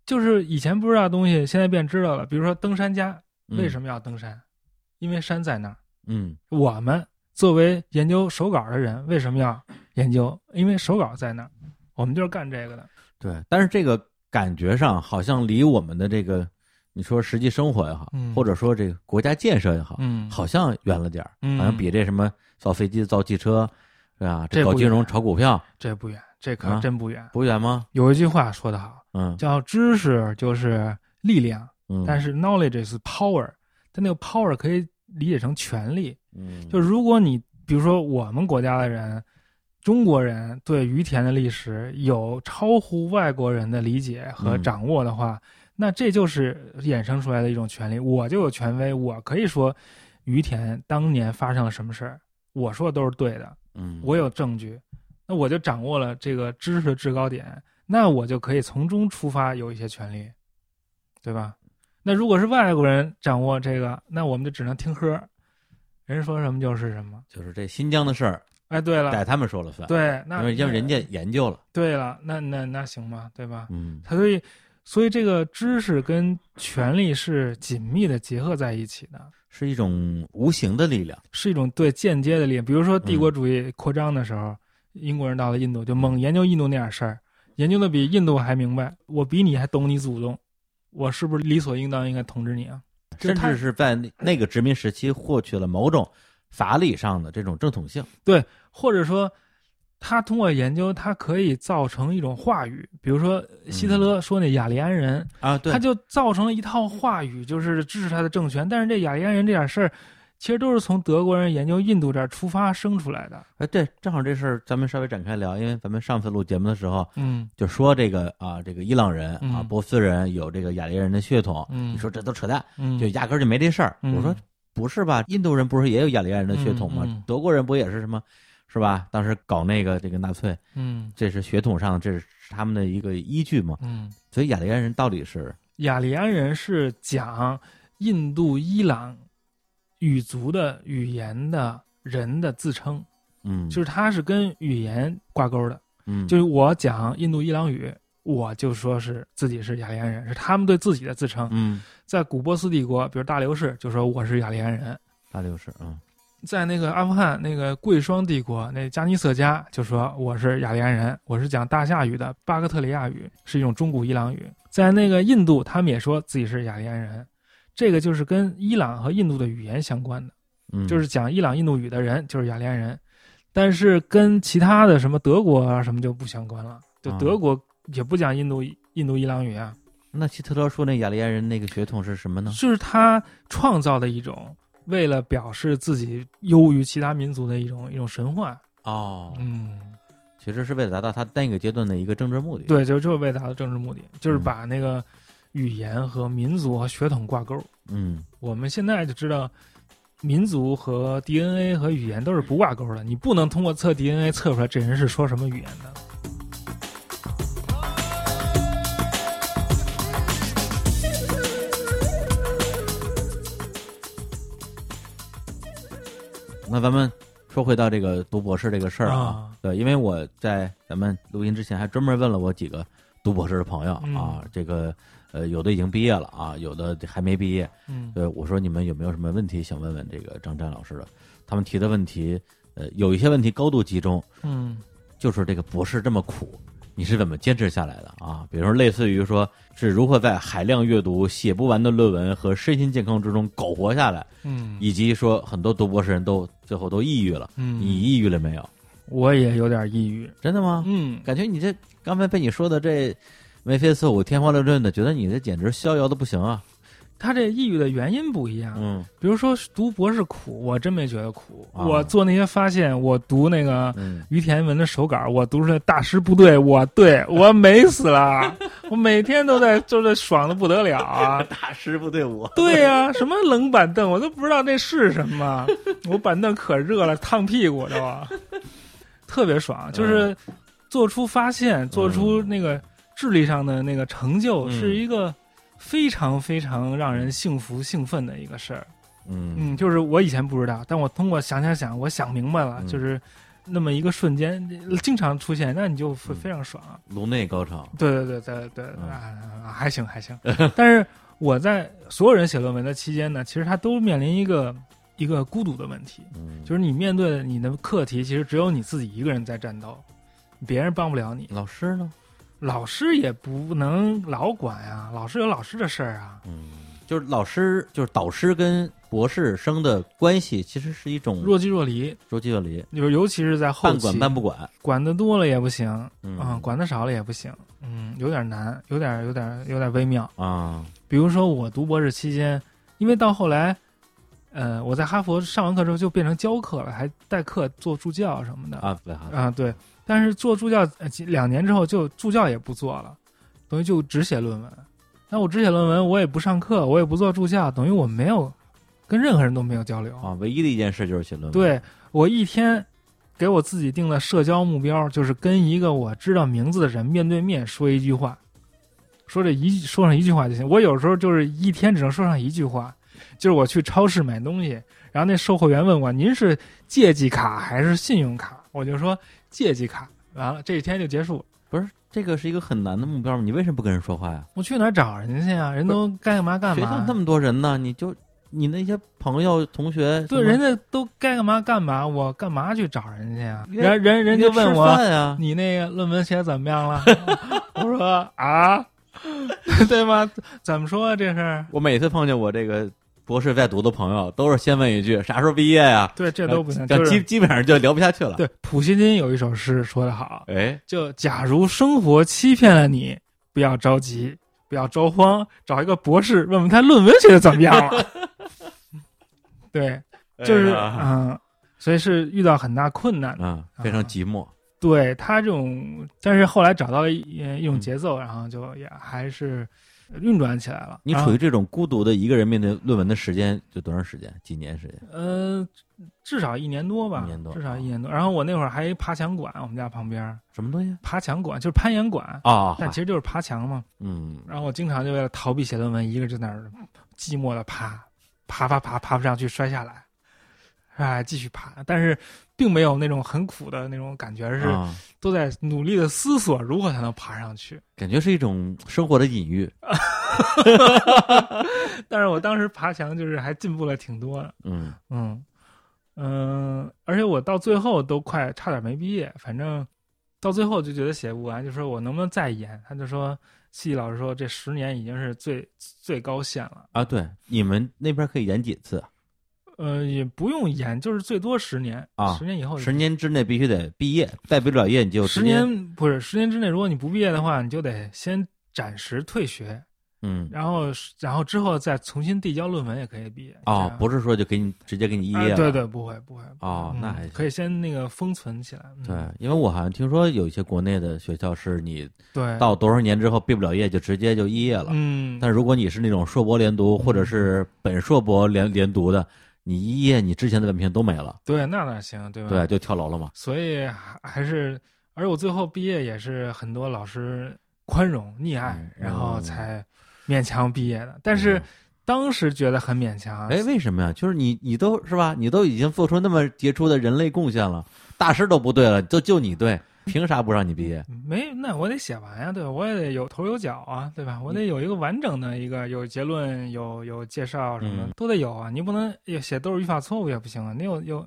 就是以前不知道的东西，现在变知道了。比如说登山家为什么？么要登山？因为山在那儿。嗯我们作为研究手稿的人，为什么要研究？因为手稿在那儿，我们就是干这个的。对，但是这个感觉上好像离我们的这个，你说实际生活也好，嗯或者说这个国家建设也好，嗯，好像远了点儿，嗯好像比这什么造飞机、造汽车，是吧？这搞不金融、远炒股票这不远，这可啊真不远。不远吗？有一句话说得好，嗯叫“知识就是力量”。嗯，但是 knowledge is power，它那个 power 可以理解成权力。嗯，就是如果你比如说我们国家的人，中国人对于田的历史有超乎外国人的理解和嗯掌握的话，那这就是衍生出来的一种权利。我就有权威，我可以说于田当年发生了什么事儿，我说的都是对的，嗯，我有证据，那我就掌握了这个知识的制高点，那我就可以从中出发有一些权利，对吧？那如果是外国人掌握这个，那我们就只能听喝，人说什么就是什么。就是这新疆的事儿，哎，对了，得他们说了算，，对，因那啊为因为人家研究了，对了，那那那行吧，对吧？嗯他所以所以这个知识跟权力是紧密的结合在一起的，是一种无形的力量，是一种嗯对间接的力量。比如说帝国主义扩张的时候，英国人到了印度就猛研究印度那点事儿，研究的比印度还明白，我比你还懂你祖宗，我是不是理所应当应该统治你啊？就是甚他至是在那那个殖民时期获取了某种法理上的这种正统性。或者说，他通过研究，他可以造成一种话语，比如说希特勒说那雅利安人，啊，嗯对，他就造成了一套话语，就是支持他的政权。但是这雅利安人这点事儿，其实都是从德国人研究印度这儿出发生出来的。哎，对，正好这事儿咱们稍微展开聊，因为咱们上次录节目的时候嗯就说这个啊，这个伊朗人啊，嗯波斯人有这个雅利安人的血统，嗯你说这都扯淡，嗯就压根儿就没这事儿。嗯我说不是吧？印度人不是也有雅利安人的血统吗？嗯嗯德国人不也是什么，是吧？当时搞那个这个纳粹，嗯这是血统上这是他们的一个依据嘛。嗯，所以雅利安人到底是雅利安人是讲印度、伊朗语族的语言的人的自称，嗯，就是它是跟语言挂钩的。嗯，就是我讲印度伊朗语，我就说是自己是雅利安人，是他们对自己的自称。嗯，在古波斯帝国，比如大流士就说我是雅利安人；大六十，嗯在那个阿富汗那个贵霜帝国，那加尼色加就说我是雅利安人，我是讲大夏语的巴克特里亚语，是一种中古伊朗语。在那个印度，他们也说自己是雅利安人，这个就是跟伊朗和印度的语言相关的。嗯，就是讲伊朗印度语的人就是雅利安人，但是跟其他的什么德国啊什么就不相关了，就啊德国也不讲印度印度伊朗语啊，那希特勒说那雅利安人那个血统是什么呢？就是他创造的一种为了表示自己优于其他民族的一种一种神话，哦，嗯，其实是为了达到他那个阶段的一个政治目的。，对，就就是为达到政治目的，就是嗯把那个语言和民族和血统挂钩。嗯我们现在就知道。民族和 DNA 和语言都是不挂钩的，你不能通过测 DNA 测出来这人是说什么语言的。那咱们说回到这个读博士这个事儿啊，啊对，因为我在咱们录音之前还专门问了我几个读博士的朋友嗯啊，这个呃有的已经毕业了啊，有的还没毕业，嗯，对，我说你们有没有什么问题想问问这个张湛老师的？他们提的问题，呃，有一些问题高度集中，嗯就是这个博士这么苦，你是怎么坚持下来的啊？比如说，类似于说是如何在海量阅读、写不完的论文和身心健康之中苟活下来，嗯以及说很多读博士人都最后都抑郁了，你嗯，抑郁了没有？我也有点抑郁。真的吗？嗯，感觉你这刚才被你说的这眉飞色舞、天花乱坠的，觉得你这简直逍遥的不行啊！他这抑郁的原因不一样。嗯比如说读博士苦，我真没觉得苦。啊我做那些发现，我读那个嗯，于田文的手稿，我读出来大师部队，我对我美死了，我每天都在就是爽的不得了啊。大师不对我，对呀、什么冷板凳，我都不知道那是什么。我板凳可热了，烫屁股都啊，特别爽。就是做出发现，做出那个智力上的那个成就，嗯是一个非常非常让人幸福兴奋的一个事儿。嗯嗯，就是我以前不知道，但我通过想想想，我想明白了，嗯就是那么一个瞬间，经常出现，那你就会非常爽。颅内高潮，对对对对对，嗯啊，啊还行还行。但是我在所有人写论文的期间呢，其实他都面临一个一个孤独的问题，嗯，就是你面对你的课题，其实只有你自己一个人在战斗，别人帮不了你，老师呢？老师也不能老管呀、老师有老师的事儿啊。就是老师，就是导师跟博士生的关系，其实是一种若即若离，若即若离，就是尤其是在后半期，管嗯半不管。管的多了也不行，啊、嗯管的少了也不行，嗯，有点难，有点有点有点微妙。啊，比如说我读博士期间，因为到后来，呃，我在哈佛上完课之后就变成教课了，还代课做助教什么的啊，对啊，啊对。但是做助教呃几两年之后就助教也不做了，等于就只写论文。那我只写论文，我也不上课，我也不做助教，等于我没有跟任何人都没有交流。啊，唯一的一件事就是写论文。，对我一天给我自己定的社交目标，就是跟一个我知道名字的人面对面说一句话，说这一说上一句话就行。我有时候就是一天只能说上一句话，就是我去超市买东西，然后那售货员问我您是借记卡还是信用卡，我就说借记卡，完了这一天就结束了。不是这个是一个很难的目标吗？你为什么不跟人说话呀？我去哪儿找人去啊？人都该干嘛干学校嘛那。么多人呢，你就你那些朋友、同学，对，什么人家都该干嘛干嘛，我干嘛去找人去啊？约人人人家约问吃我，饭啊呀，你那个论文写得怎么样了？ <laughs> 我说啊， <laughs> 对吗？怎么说啊这是？我每次碰见我这个博士在读的朋友，都是先问一句啥时候毕业呀？对，这都不行。这就基是基本上就聊不下去了。，呃对，普希金有一首诗说得好，哎，就假如生活欺骗了你，不要着急，不要着慌，找一个博士问问他论文写的怎么样 <laughs> 了。对，就是哎呀嗯，所以是遇到很大困难的。啊，非常寂寞。呃嗯对他这种，但是后来找到了一一种节奏，然后就也还是运转起来了。你然处后于这种孤独的一个人面对论文的时间就多长时间？几年时间？呃，至少一年多吧，一年多啊至少一年多。然后我那会儿还爬墙馆，我们家旁边儿什么东西爬墙馆就是攀岩馆，啊？但其实就是爬墙嘛。嗯，然后我经常就为了逃避写论文，一个人就在那儿寂寞的爬，爬爬爬爬不上去摔下来，哎，继续爬，但是并没有那种很苦的那种感觉，而是啊都在努力的思索如何才能爬上去。 <laughs> 感觉是一种生活的隐喻。但是我当时爬墙就是还进步了挺多的，嗯嗯嗯、而且我到最后都快差点没毕业，反正到最后就觉得写不完，就说我能不能再延？他就说，系老师说这十年已经是最最高限了。啊，对，你们那边可以延几次？呃，也不用延，就是最多十年啊十年以后就十年之内必须得毕业，再毕不了业你就哦十直接年不是十年之内，如果你不毕业的话，你就得先暂时退学，嗯然后然后之后再重新递交论文也可以毕业。哦，这样不是说就给你直接给你毕啊业了。对对，不会不会。哦，那嗯还行可以先那个封存起来。嗯对，因为我好像听说有一些国内的学校是你对，到多少年之后毕不了业就直接就肄业了，哎嗯，但如果你是那种硕博连读或者是本硕博连连读的，你肄业你之前的文凭都没了，对那哪行对吧？对，，就跳楼了嘛。所以还还是，而我最后毕业也是很多老师宽容溺爱，嗯然后嗯才勉强毕业的。但是嗯当时觉得很勉强，啊哎，为什么呀？就是你，你都是吧？你都已经做出那么杰出的人类贡献了，大师都不对了，就就你对，凭啥不让你毕业？没，那我得写完呀，对吧？我也得有头有脚啊，对吧？我嗯得有一个完整的一个，有结论，有有介绍什么的、嗯都得有啊。你不能也写都是语法错误也不行啊，你有有，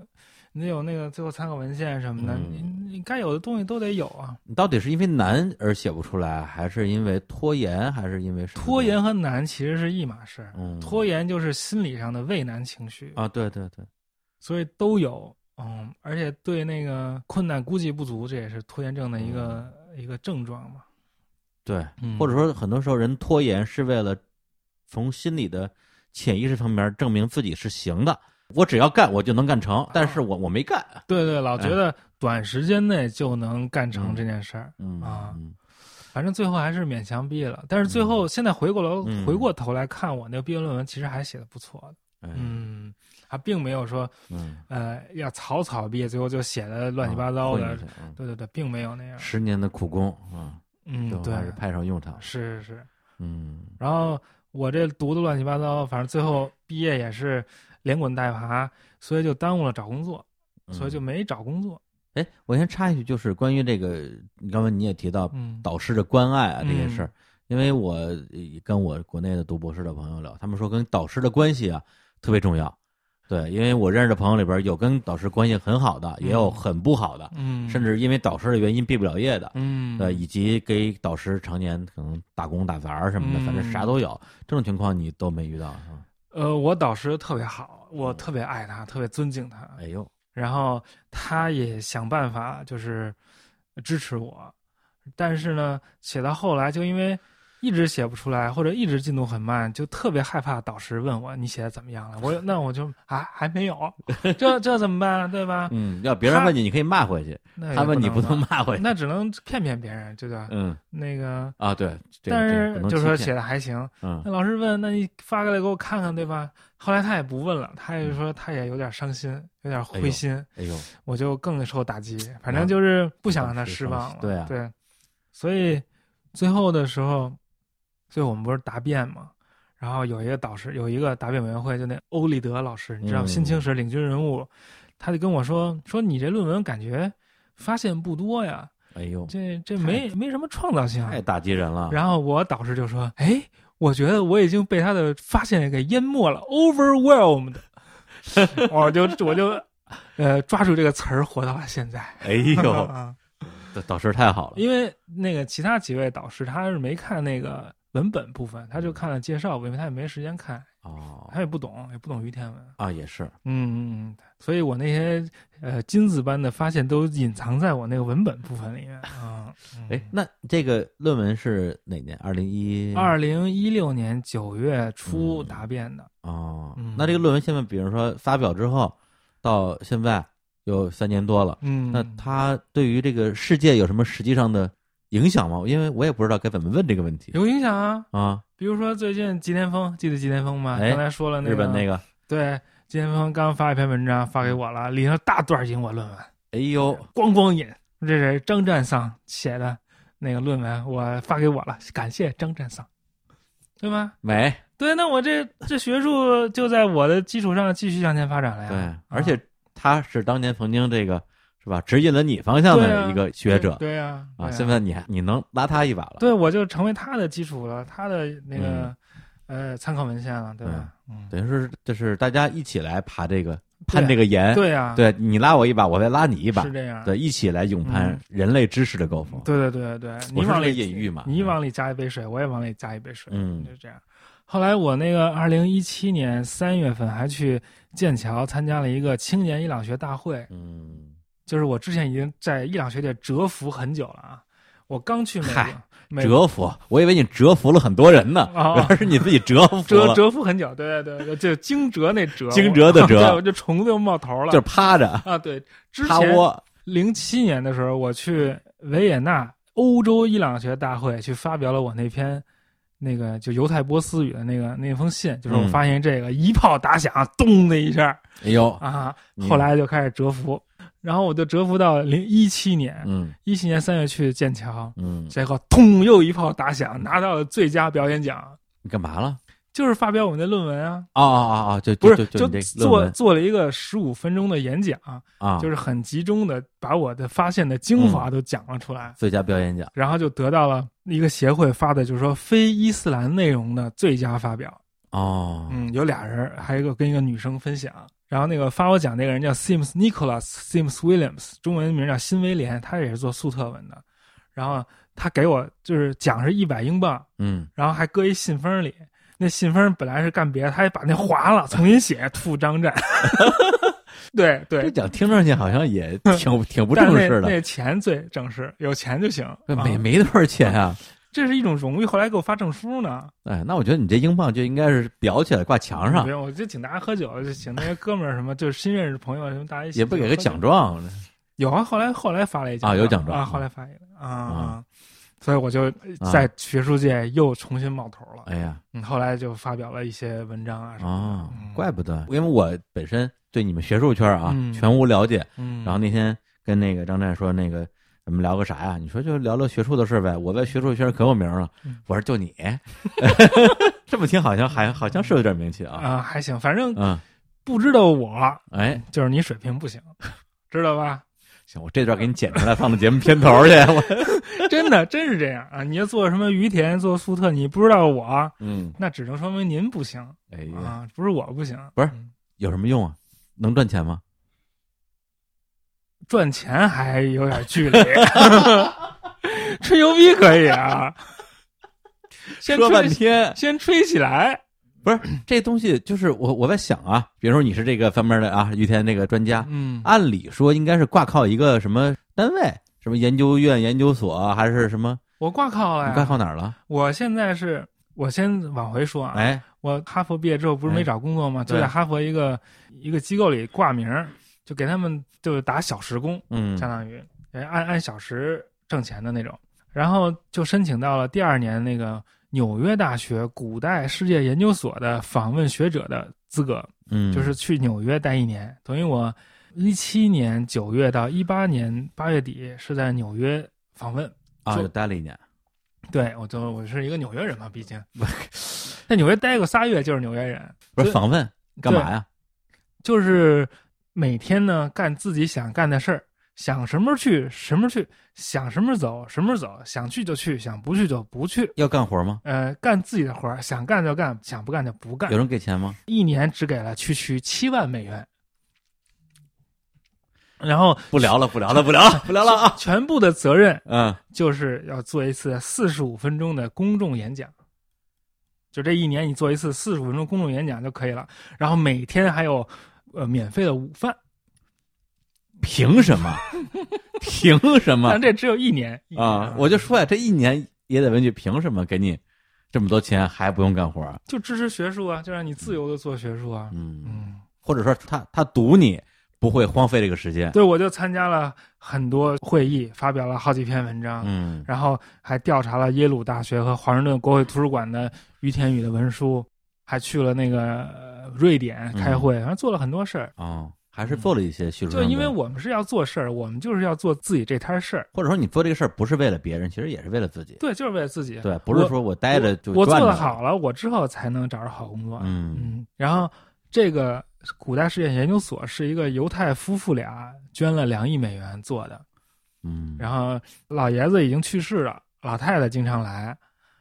你得有那个最后参考文献什么的，嗯你你该有的东西都得有啊。你到底是因为难而写不出来，还是因为拖延，还是因为什么拖延？和难其实是一码事，嗯，拖延就是心理上的畏难情绪，啊，对对对，所以都有。嗯，而且对那个困难估计不足，这也是拖延症的一个、一个症状嘛。对，嗯嗯或者说很多时候人拖延是为了从心理的潜意识方面证明自己是行的，我只要干我就能干成，但是啊我我没干，对对，老觉哎得短时间内就能干成嗯这件事儿，嗯啊嗯反正最后还是勉强毕业了。但是最后现在回过头、嗯回过头来看，我那个毕业论文其实还写的不错的，哎嗯，还并没有说嗯，呃要草草毕业，最后就写的乱七八糟的。啊。混一下嗯对对对，并没有那样。十年的苦功啊，最嗯，后对还，是派上用场。是是是。嗯，然后我这读的乱七八糟，反正最后毕业也是连滚带爬，所以就耽误了找工作，嗯所以就没找工作。哎，我先插一句，就是关于这个，你刚才你也提到嗯，导师的关爱啊嗯这些事儿，因为我呃跟我国内的读博士的朋友聊，他们说跟导师的关系啊特别重要。对，因为我认识的朋友里边有跟导师关系很好的，嗯也有很不好的，嗯，甚至因为导师的原因毕不了业的，嗯，呃，以及给导师常年可能打工打杂儿什么的，嗯反正啥都有。这种情况你都没遇到啊是吧？呃，我导师特别好，嗯我特别爱他，特别尊敬他，哎呦，然后他也想办法就是支持我，但是呢，写到后来就因为一直写不出来，或者一直进度很慢，就特别害怕导师问我你写的怎么样了，我那我就啊还没有，这这怎么办啊，对吧？嗯，要别人问你，你可以骂回去；那也他问你不不能 <laughs> 吧，骂回去。那只能骗骗别人，对吧？嗯那个，啊，对，这个但这个是不能就欺说骗写的还行，嗯那老师问，那你发过来给我看看，对吧？后来他也不问了，他也说他也有点伤心，有点灰心，嗯哎呦，我就更受打击。反正就是不想让他失望了，嗯对啊对，所以最后的时候，最后我们不是答辩嘛，然后有一个导师，有一个答辩委员会，就那欧立德老师，你知道嗯新青史领军人物，他就跟我说说你这论文感觉发现不多呀，哎呦，这这没没什么创造性啊，太打击人了。然后我导师就说：“哎，我觉得我已经被他的发现给淹没了，overwhelmed。”我就我就呃抓住这个词儿活到了现在。哎呦，啊这导师太好了。 <laughs> 因为那个其他几位导师他是没看那个文本部分，他就看了介绍，因为他也没时间看，哦他也不懂，也不懂于天文。啊，也是，嗯嗯嗯，所以我那些呃金子般的发现都隐藏在我那个文本部分里面啊。嗯哎，那这个论文是哪年？二零一二零一六年九月初嗯答辩的。哦嗯，那这个论文现在，比如说发表之后，到现在有三年多了，嗯，那它对于这个世界有什么实际上的影响吗？因为我也不知道该怎么问这个问题有影响啊。啊。比如说最近吉田峰，记得吉田峰吗？哎刚才说了那个日本那个，对，吉田峰刚发一篇文章发给我了，里头大段引我论文，哎呦，咣咣引。这是张占桑写的那个论文，我发给我了，感谢张占桑，对吗？美对，那我这这学术就在我的基础上继续向前发展了呀。对啊，而且他是当年曾经这个是吧，指引了你方向对啊的一个学者对对呀啊，对呀现在你还你能拉他一把了。对我就成为他的基础了，他的那嗯个、呃参考文献了，对吧？嗯，等于说是就是大家一起来爬这个对攀这个岩，对呀，对你拉我一把，我再拉你一把是，这样。对，一起来勇攀嗯人类知识的高峰。对对对对对，我你是这往个里隐喻嘛，你往里加一杯水，我也往里加一杯水，嗯就这样。后来我那个二零一七年三月份还去剑桥参加了一个青年伊朗学大会，嗯，就是我之前已经在伊朗学界蛰伏很久了啊。我刚去美国嗨，美国折服，我以为你折服了很多人呢，啊原来是你自己折服 <laughs> 蛰了，蛰伏很久，对对对，就惊蛰那蛰，惊蛰的蛰 <laughs> 对，我就虫子又冒头了，就是趴着 <laughs> 啊，对，之趴前窝，零七年的时候，我去维也纳欧洲伊朗学大会去发表了我那篇那个就犹太波斯语的那个那封信，就是我嗯发现这个一炮打响，咚的一下哎呦，啊，嗯后来就开始蛰伏，然后我就蛰伏到零一七年，嗯一七年三月去剑桥，嗯，结果咚又一炮打响，拿到了最佳表演奖，你干嘛了？就是发表我们的论文啊。哦哦哦哦，就不，就是就就你这论做文做了一个十五分钟的演讲，啊，嗯就是是很集中的把我的发现的精华都讲了出来，最佳表演奖，然后就得到了一个协会发的，就是说非伊斯兰内容的最佳发表。哦，嗯，有俩人，还有一个跟一个女生分享。然后那个发我奖那个人叫 Sims Nicholas Sims Williams，中文名叫辛威廉，他也是做粟特文的。然后他给我就是奖是一百英镑，嗯，然后还搁一信封里。那信封本来是干别的，他还把那划了，重新写，吐张战。 <laughs> 对对这，奖听上去好像也挺挺不 <laughs> 但正是式那的，呃那钱最正式，有钱就行。啊没没多少钱啊。这是一种荣誉。后来给我发证书呢，哎，那我觉得你这英镑就应该是裱起来挂墙上没，有，我就请大家喝酒，就请那些哥们儿什么，就是新认识的朋友什么，大家一起也不给喝个酒奖。状。有啊，后来后来发了一奖啊有奖状啊啊，后来发一个啊。啊所以我就在学术界又重新冒头了，哎呀，嗯，后来就发表了一些文章啊什么哦嗯，怪不得，因为我本身对你们学术圈啊、嗯全无了解。的。嗯，然后那天跟那个张湛说，那个咱们聊个啥呀？你说就聊聊学术的事呗。我在学术圈可有名了嗯。我说就 <laughs> 你，这么听好像还好像是有点名气啊。啊嗯还行，反正嗯，不知道我哎，就是你水平不行，知 <laughs> 道吧？行，我这段给你剪出来放到节目片头去。我 <laughs> 真的真是这样啊！你要做什么于田做粟特，你不知道我，嗯，那只能说明您不行哎呀，啊，不是我不行，不是嗯有什么用啊？能赚钱吗？赚钱还有点距 <laughs> 离，吹牛逼可以 <laughs> 啊，先说半吹天，先吹起来，不是这东西，就是我我在想啊，比如说你是这个方面的啊，于田那个专家，嗯按理说应该是挂靠一个什么单位，什么研究院、研究所啊还是什么？我挂靠了你呀，挂靠哪儿了？我现在是。我先往回说啊，哎，我哈佛毕业之后不是哎没找工作吗？就对在哈佛一个一个机构里挂名儿，就给他们就是打小时工，嗯相当于呃按按小时挣钱的那种。然后就申请到了第二年那个纽约大学古代世界研究所的访问学者的资格，嗯，就是去纽约待一年。等于我一七年九月到一八年八月底是在纽约访问。啊，就就待了一年，对我就我是一个纽约人嘛，<laughs> 毕竟在纽约待个仨月就是纽约人，不是就访问干嘛呀？就是每天呢干自己想干的事儿，想什么时候去什么时候去，想什么时候走什么时候走，想去就去，想不去就不去。要干活吗？呃，干自己的活儿，想干就干，想不干就不干有。人给钱吗？一年只给了区区七万美元，然后不聊了，不聊了，不聊了，不聊了啊！全部的责任嗯，就是要做一次四十五分钟的公众演讲，就这一年你做一次四十五分钟公众演讲就可以了。然后每天还有呃免费的午饭，凭什么？凭什么 <laughs> 但这只有一年一年啊？我就说呀，这一年也得问句，凭什么给你这么多钱还不用干活？就支持学术啊，就让你自由的做学术啊。嗯。嗯，或者说他他堵你，不会荒废这个时间。对，我就参加了很多会议，发表了好几篇文章，嗯然后还调查了耶鲁大学和华盛顿国会图书馆的于田宇的文书，还去了那个呃瑞典开会，反正做了很多事儿。哦，还嗯是做了一些叙述上就的。因为我们是要做事儿，我们就是要做自己这摊事儿，或者说你做这个事儿不是为了别人，其实也是为了自己。对，就是为了自己。对，不是说我待着就我做赚着的了好。了，我之后才能找着好工作。嗯嗯，然后这个古代世界研究所是一个犹太夫妇俩捐了两亿美元做的，嗯，然后老爷子已经去世了，老太太经常来，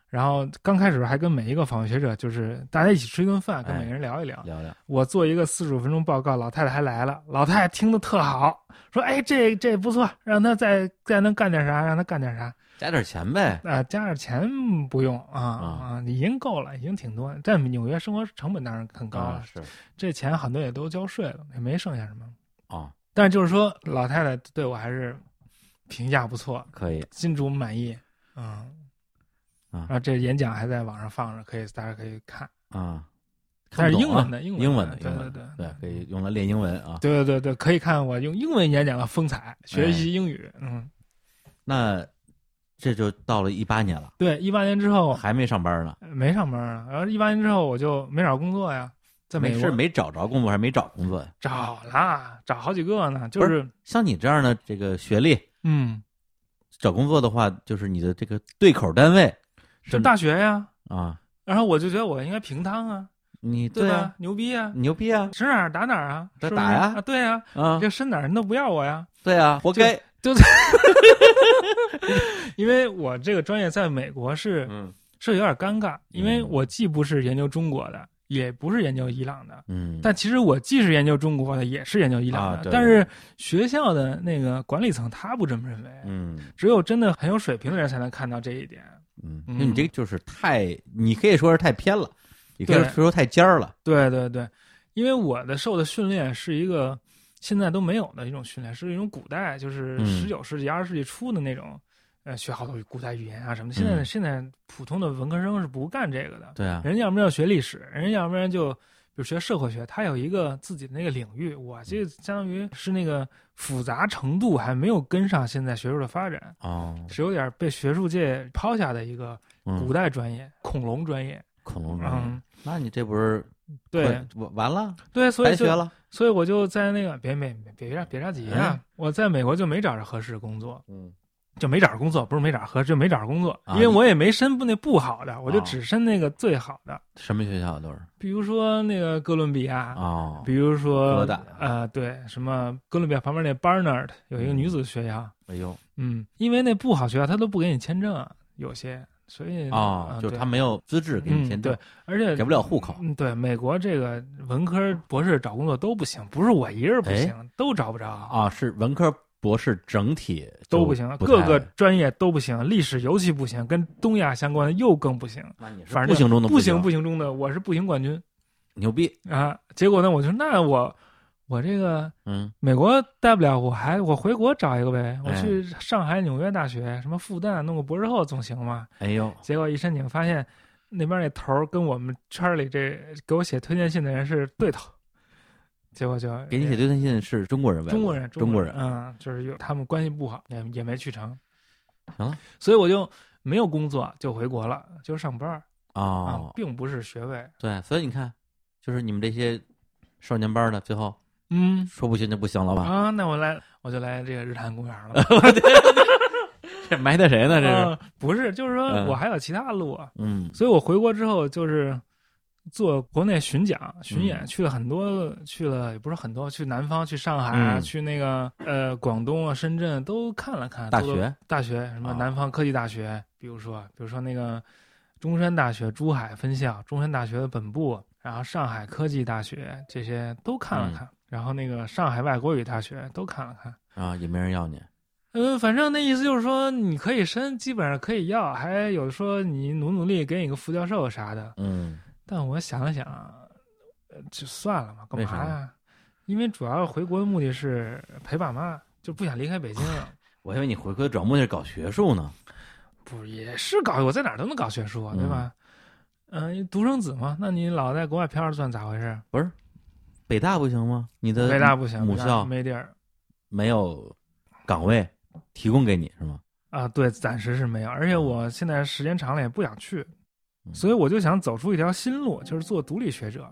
然后刚开始还跟每一个访问学者就是大家一起吃一顿饭，跟哎每个人聊一聊。聊聊，我做一个四十五分钟报告，老太太还来了，老太太听的特好，说哎这这不错，让她再再能干点啥，让她干点啥。加点钱呗。啊、加点钱不用啊啊啊，已经够了，已经挺多。在纽约生活成本当然很高了，啊是这钱很多也都交税了，也没剩下什么。哦，但是就是说，老太太对我还是评价不错，可以。金主满意。嗯，啊然后这演讲还在网上放着，可以大家可以看。啊，但看是不英懂啊文的，英英文的，对英对文对的对，可以用来练英文啊。对对对对，可以看我用英文演讲的风采，学哎习英语。嗯，那这就到了一八年了，对，一八年之后还没上班呢，没上班了，然后一八年之后我就没找工作呀，在美没国是没找着工作还是没找工作呀？找啦，找好几个呢，就不是像你这样的这个学历，嗯，找工作的话，就是你的这个对口单位就是大学呀。啊，然后我就觉得我应该平摊啊，你对吧？啊，牛逼啊！你牛逼啊指哪儿打哪儿啊？打是不是打呀啊！对呀、啊，这伸哪儿人都不要我呀，对啊，活该，因为我这个专业在美国是嗯是有点尴尬，因为嗯我既不是研究中国的，也不是研究伊朗的。嗯，但其实我既是研究中国的，也是研究伊朗的。啊对但是学校的那个管理层他不这么认为，嗯只有真的很有水平的人才能看到这一点。嗯，嗯那你这个就是太，你可以说是太偏了，也可以对说太尖儿了，对对对，因为我的受的训练是一个现在都没有的一种训练，是一种古代，就是嗯十九世纪、二十世纪初的那种，呃，学好多古代语言啊什么的。现在、嗯现在普通的文科生是不干这个的，对啊，人家要不然要学历史，人家要不然就比如学社会学，他有一个自己的那个领域。我这相当于是那个复杂程度还没有跟上现在学术的发展，哦，是有点被学术界抛下的一个嗯古代专业，恐龙专业。恐龙专业，嗯，那你这不是对啊完完了，对，所白以学就了，所以我就在那个别别别别着别着急啊！哎我在美国就没找着合适的工作，嗯就没找着工作，不是没找着合适，就没找着工作，啊因为我也没申不那不好的，我就啊只申那个最好的，，什么学啊校都是比如说那个哥伦比亚，哦，啊比如哥说大呃，对，什么哥伦比亚旁边那 Barnard 有嗯一个女子学校，哎呦嗯，因为那不好学校他都不给你签证，啊有些，所以哦，就是他们没有资质给你签证啊嗯对，，而且给不了户口，嗯，对，美国这个文科博士找工作都不行，不是我一人不哎行，都找不着啊啊，是文科博士整体就都不行，不各太个专业都不行，历史尤其不行，跟东亚相关的又更不行。那你是反正不行中的不行不行中的我是不行冠军牛逼，啊！结果呢，我就说那我我这个嗯美国待不了，我还我回国找一个呗，我哎去上海、纽约大学什么复旦弄个博士后总行嘛。哎呦结果一申请发现，那边那头儿跟我们圈儿里这给我写推荐信的人是对头，结果就哎给你写推荐信是中国人，中国人，中国人，嗯，就是有他们关系不好，也也没去成。行了，所以我就没有工作，就回国了，就上班儿啊哦，，并不是学位。对，所以你看，就是你们这些少年班的，最后嗯说不行就不行了吧？啊，那我来，我就来这个日坛公园了。这 <laughs> 埋汰谁呢？ <laughs> 这是，啊不是，就是说嗯我还有其他路啊，嗯所以我回国之后就是。做国内巡讲、巡演，嗯去了很多，去了也不是很多，去南方、去上海啊，嗯去那个呃广东啊、深圳都看了看。大做做学大学，什么啊南方科技大学，比如说，比如说那个中山大学珠海分校、中山大学的本部，然后上海科技大学这些都看嗯了看，然后那个上海外国语大学都看了看。啊，也没人要你，嗯，反正那意思就是说，你可以申，基本上可以要，还有说你努努力给你个副教授啥的。嗯，但我想了想，呃就算了嘛，干为啥嘛呀？因为主要回国的目的是陪爸妈，就不想离开北京了。我以为你回归转目的是搞学术呢，不是也是搞，我在哪儿都能搞学术嗯啊，对吧？嗯、独生子嘛，那你老在国外飘着算咋回事？不是。北大不行吗？你的北大不行，母校没地儿没有岗位提供给你是吗？啊，对，暂时是没有。而且我现在时间长了也不想去，嗯所以我就想走出一条新路，就是做独立学者。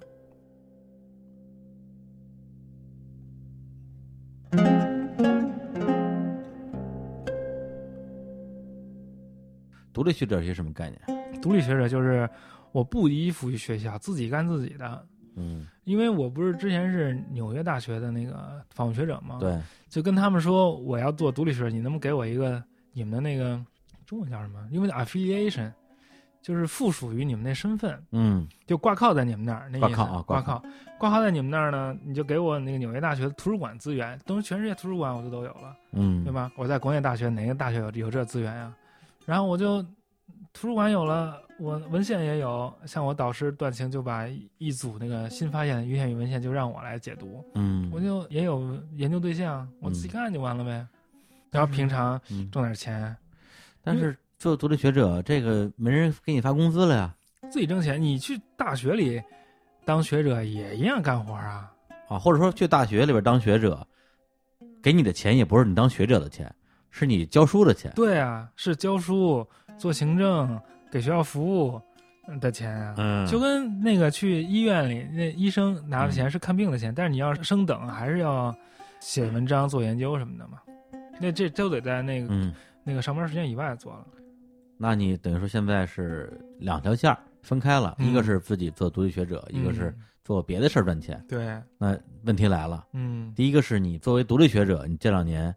独立学者是什么概念？独立学者就是我不依附于学校，自己干自己的。嗯，因为我不是之前是纽约大学的那个访问学者嘛，，对，就跟他们说我要做独立学者，你能不能给我一个你们的那个中文叫什么？因为 affiliation 就是附属于你们那身份，嗯就挂靠在你们那儿，那意思挂靠啊挂挂靠靠，挂靠在你们那儿呢，你就给我那个纽约大学的图书馆资源，等于全世界图书馆我就都有了，嗯，对？吧？我在国内大学哪个大学有有这资源呀？然后我就图书馆有了，我文献也有，像我导师段晴就把一组那个新发现的鱼线与文献就让我来解读，嗯，我就也有研究对象，我自己干就完了呗。然后平常嗯，挣点钱，但是做独立学者这个没人给你发工资了呀。自己挣钱，你去大学里当学者也一样干活啊。啊，或者说去大学里边当学者，给你的钱也不是你当学者的钱，是你教书的钱。对啊，是教书、做行政、给学校服务的钱啊。嗯就跟那个去医院里，那医生拿的钱是看病的钱，但是你要升等，还是要写文章、做研究什么的嘛。那这都得在那个、嗯，那个上班时间以外做了。那你等于说现在是两条线儿分开了，一个嗯是自己做独立学者，一个是嗯做别的事儿赚钱。对，那问题来了，嗯，第一个是你作为独立学者，你这两年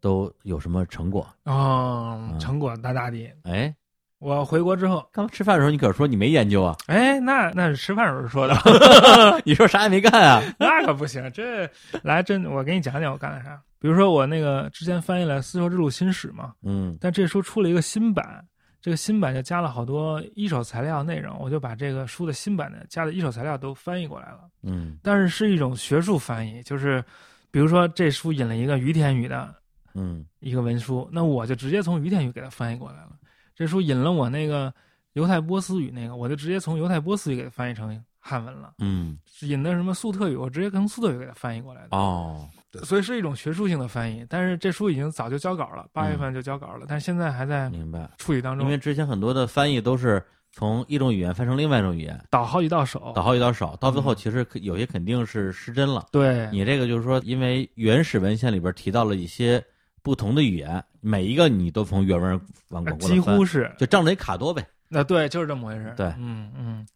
都有什么成果？哦嗯，成果大大的。哎，我回国之后，刚吃饭的时候你可是说你没研究啊， <laughs> 哎，那那是吃饭时候说 <laughs> 的，你说啥也没干啊？那可不行。这来真，我给你讲讲我干了啥。比如说我那个之前翻译了《丝绸之路新史》嘛，嗯但这书出了一个新版，这个新版就加了好多一手材料内容，我就把这个书的新版的加的一手材料都翻译过来了，嗯但是是一种学术翻译，就是比如说这书引了一个于田宇的嗯一个文书，那我就直接从于田宇给它翻译过来了。这书引了我那个犹太波斯语那个，我就直接从犹太波斯语给它翻译成汉文了。嗯，引的什么粟特语，我直接从粟特语给它翻译过来的。哦，所以是一种学术性的翻译。但是这书已经早就交稿了，八月份就交稿了，但是现在还在明白。处理嗯当因中为，之前很多的翻译都是从一种语言翻成另外一种语言，倒好几道手。倒好几道手，到最后嗯其实可有些肯定是失真了。对，你这个就是说，因为原始文献里边提到了一些不同的语言，每一个你都从原文往呃过几乎是就仗着一卡多呗。那啊对，就是这么回事。对嗯嗯，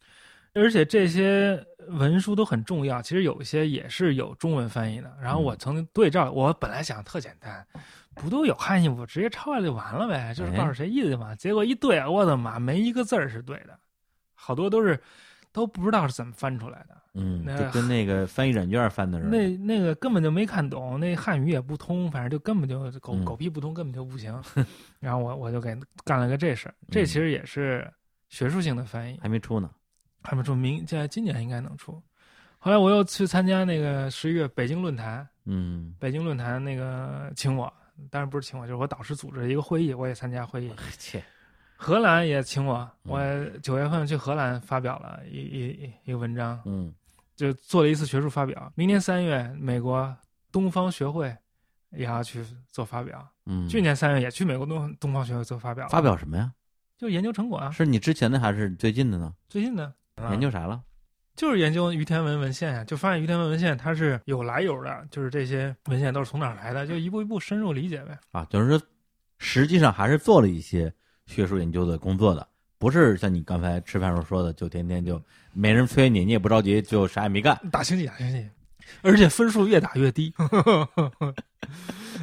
而且这些文书都很重要，其实有一些也是有中文翻译的。然后我嗯曾经对照，我本来想特简单，不都有汉译，我直接抄下来就完了呗，就是哎告诉谁意思嘛。结果一对，我的妈，没一个字儿是对的，好多都是都不知道是怎么翻出来的。嗯，那就跟那个翻译软件翻的似那的。那个根本就没看懂，那汉语也不通，反正就根本就狗、嗯狗屁不通，根本就不 <laughs> 行。然后我我就给干了个这事儿，这嗯其实也是学术性的翻译，还没出呢。还没出明，现在今年应该能出。后来我又去参加那个十一月北京论坛，嗯， <laughs> 北京论坛那个请我，当然不是请我，就是我导师组织的一个会议，我也参加会议。切，荷兰也请我，嗯我九月份去荷兰发表了一一一一个文章，嗯，就做了一次学术发表。明年三月，美国东方学会也要去做发表。嗯，去年三月也去美国东东方学会做发表，发表什么呀？就研究成果啊，是你之前的还是最近的呢？最近的。研究啥了？就是研究于天文文献呀、就发现于天文文献它是有来由的，就是这些文献都是从哪儿来的，就一步一步深入理解呗。啊，就是说，实际上还是做了一些学术研究的工作的，不是像你刚才吃饭时候说的，就天天就没人催你，你也不着急，就啥也没干。打星际，打星际，而且分数越打越低，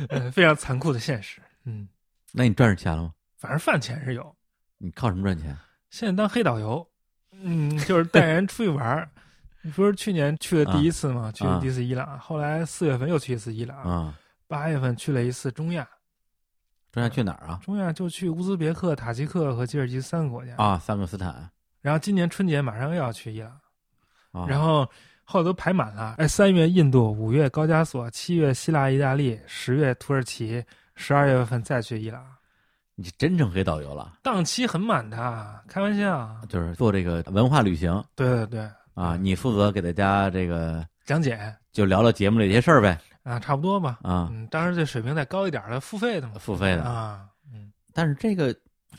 呃，非常残酷的现实。嗯，那你赚着钱了吗？反正饭钱是有，你靠什么赚钱？现在当黑导游，嗯，就是带人出去玩儿。 <laughs> 你不是去年去的第一次吗？去了第一次伊朗，后来四月份又去一次伊朗，啊，八、月份去了一次中亚，赚钱去哪儿啊？中亚就去乌兹别克、塔吉克和吉尔吉斯三个国家。啊，萨克斯坦啊，然后今年春节马上又要去伊朗，然后后后来都排满了。哎，三月印度，五月高加索，七月希腊、意大利，十月土耳其，十二月份再去伊朗，你真成黑导游了，档期很满的，啊开玩笑。就是做这个文化旅行对对对，啊，你负责给大家这个讲解就聊聊节目里这些事儿呗啊，差不多吧。啊，嗯，当然这水平再高一点的，付费的嘛。付费的。啊，嗯但是这个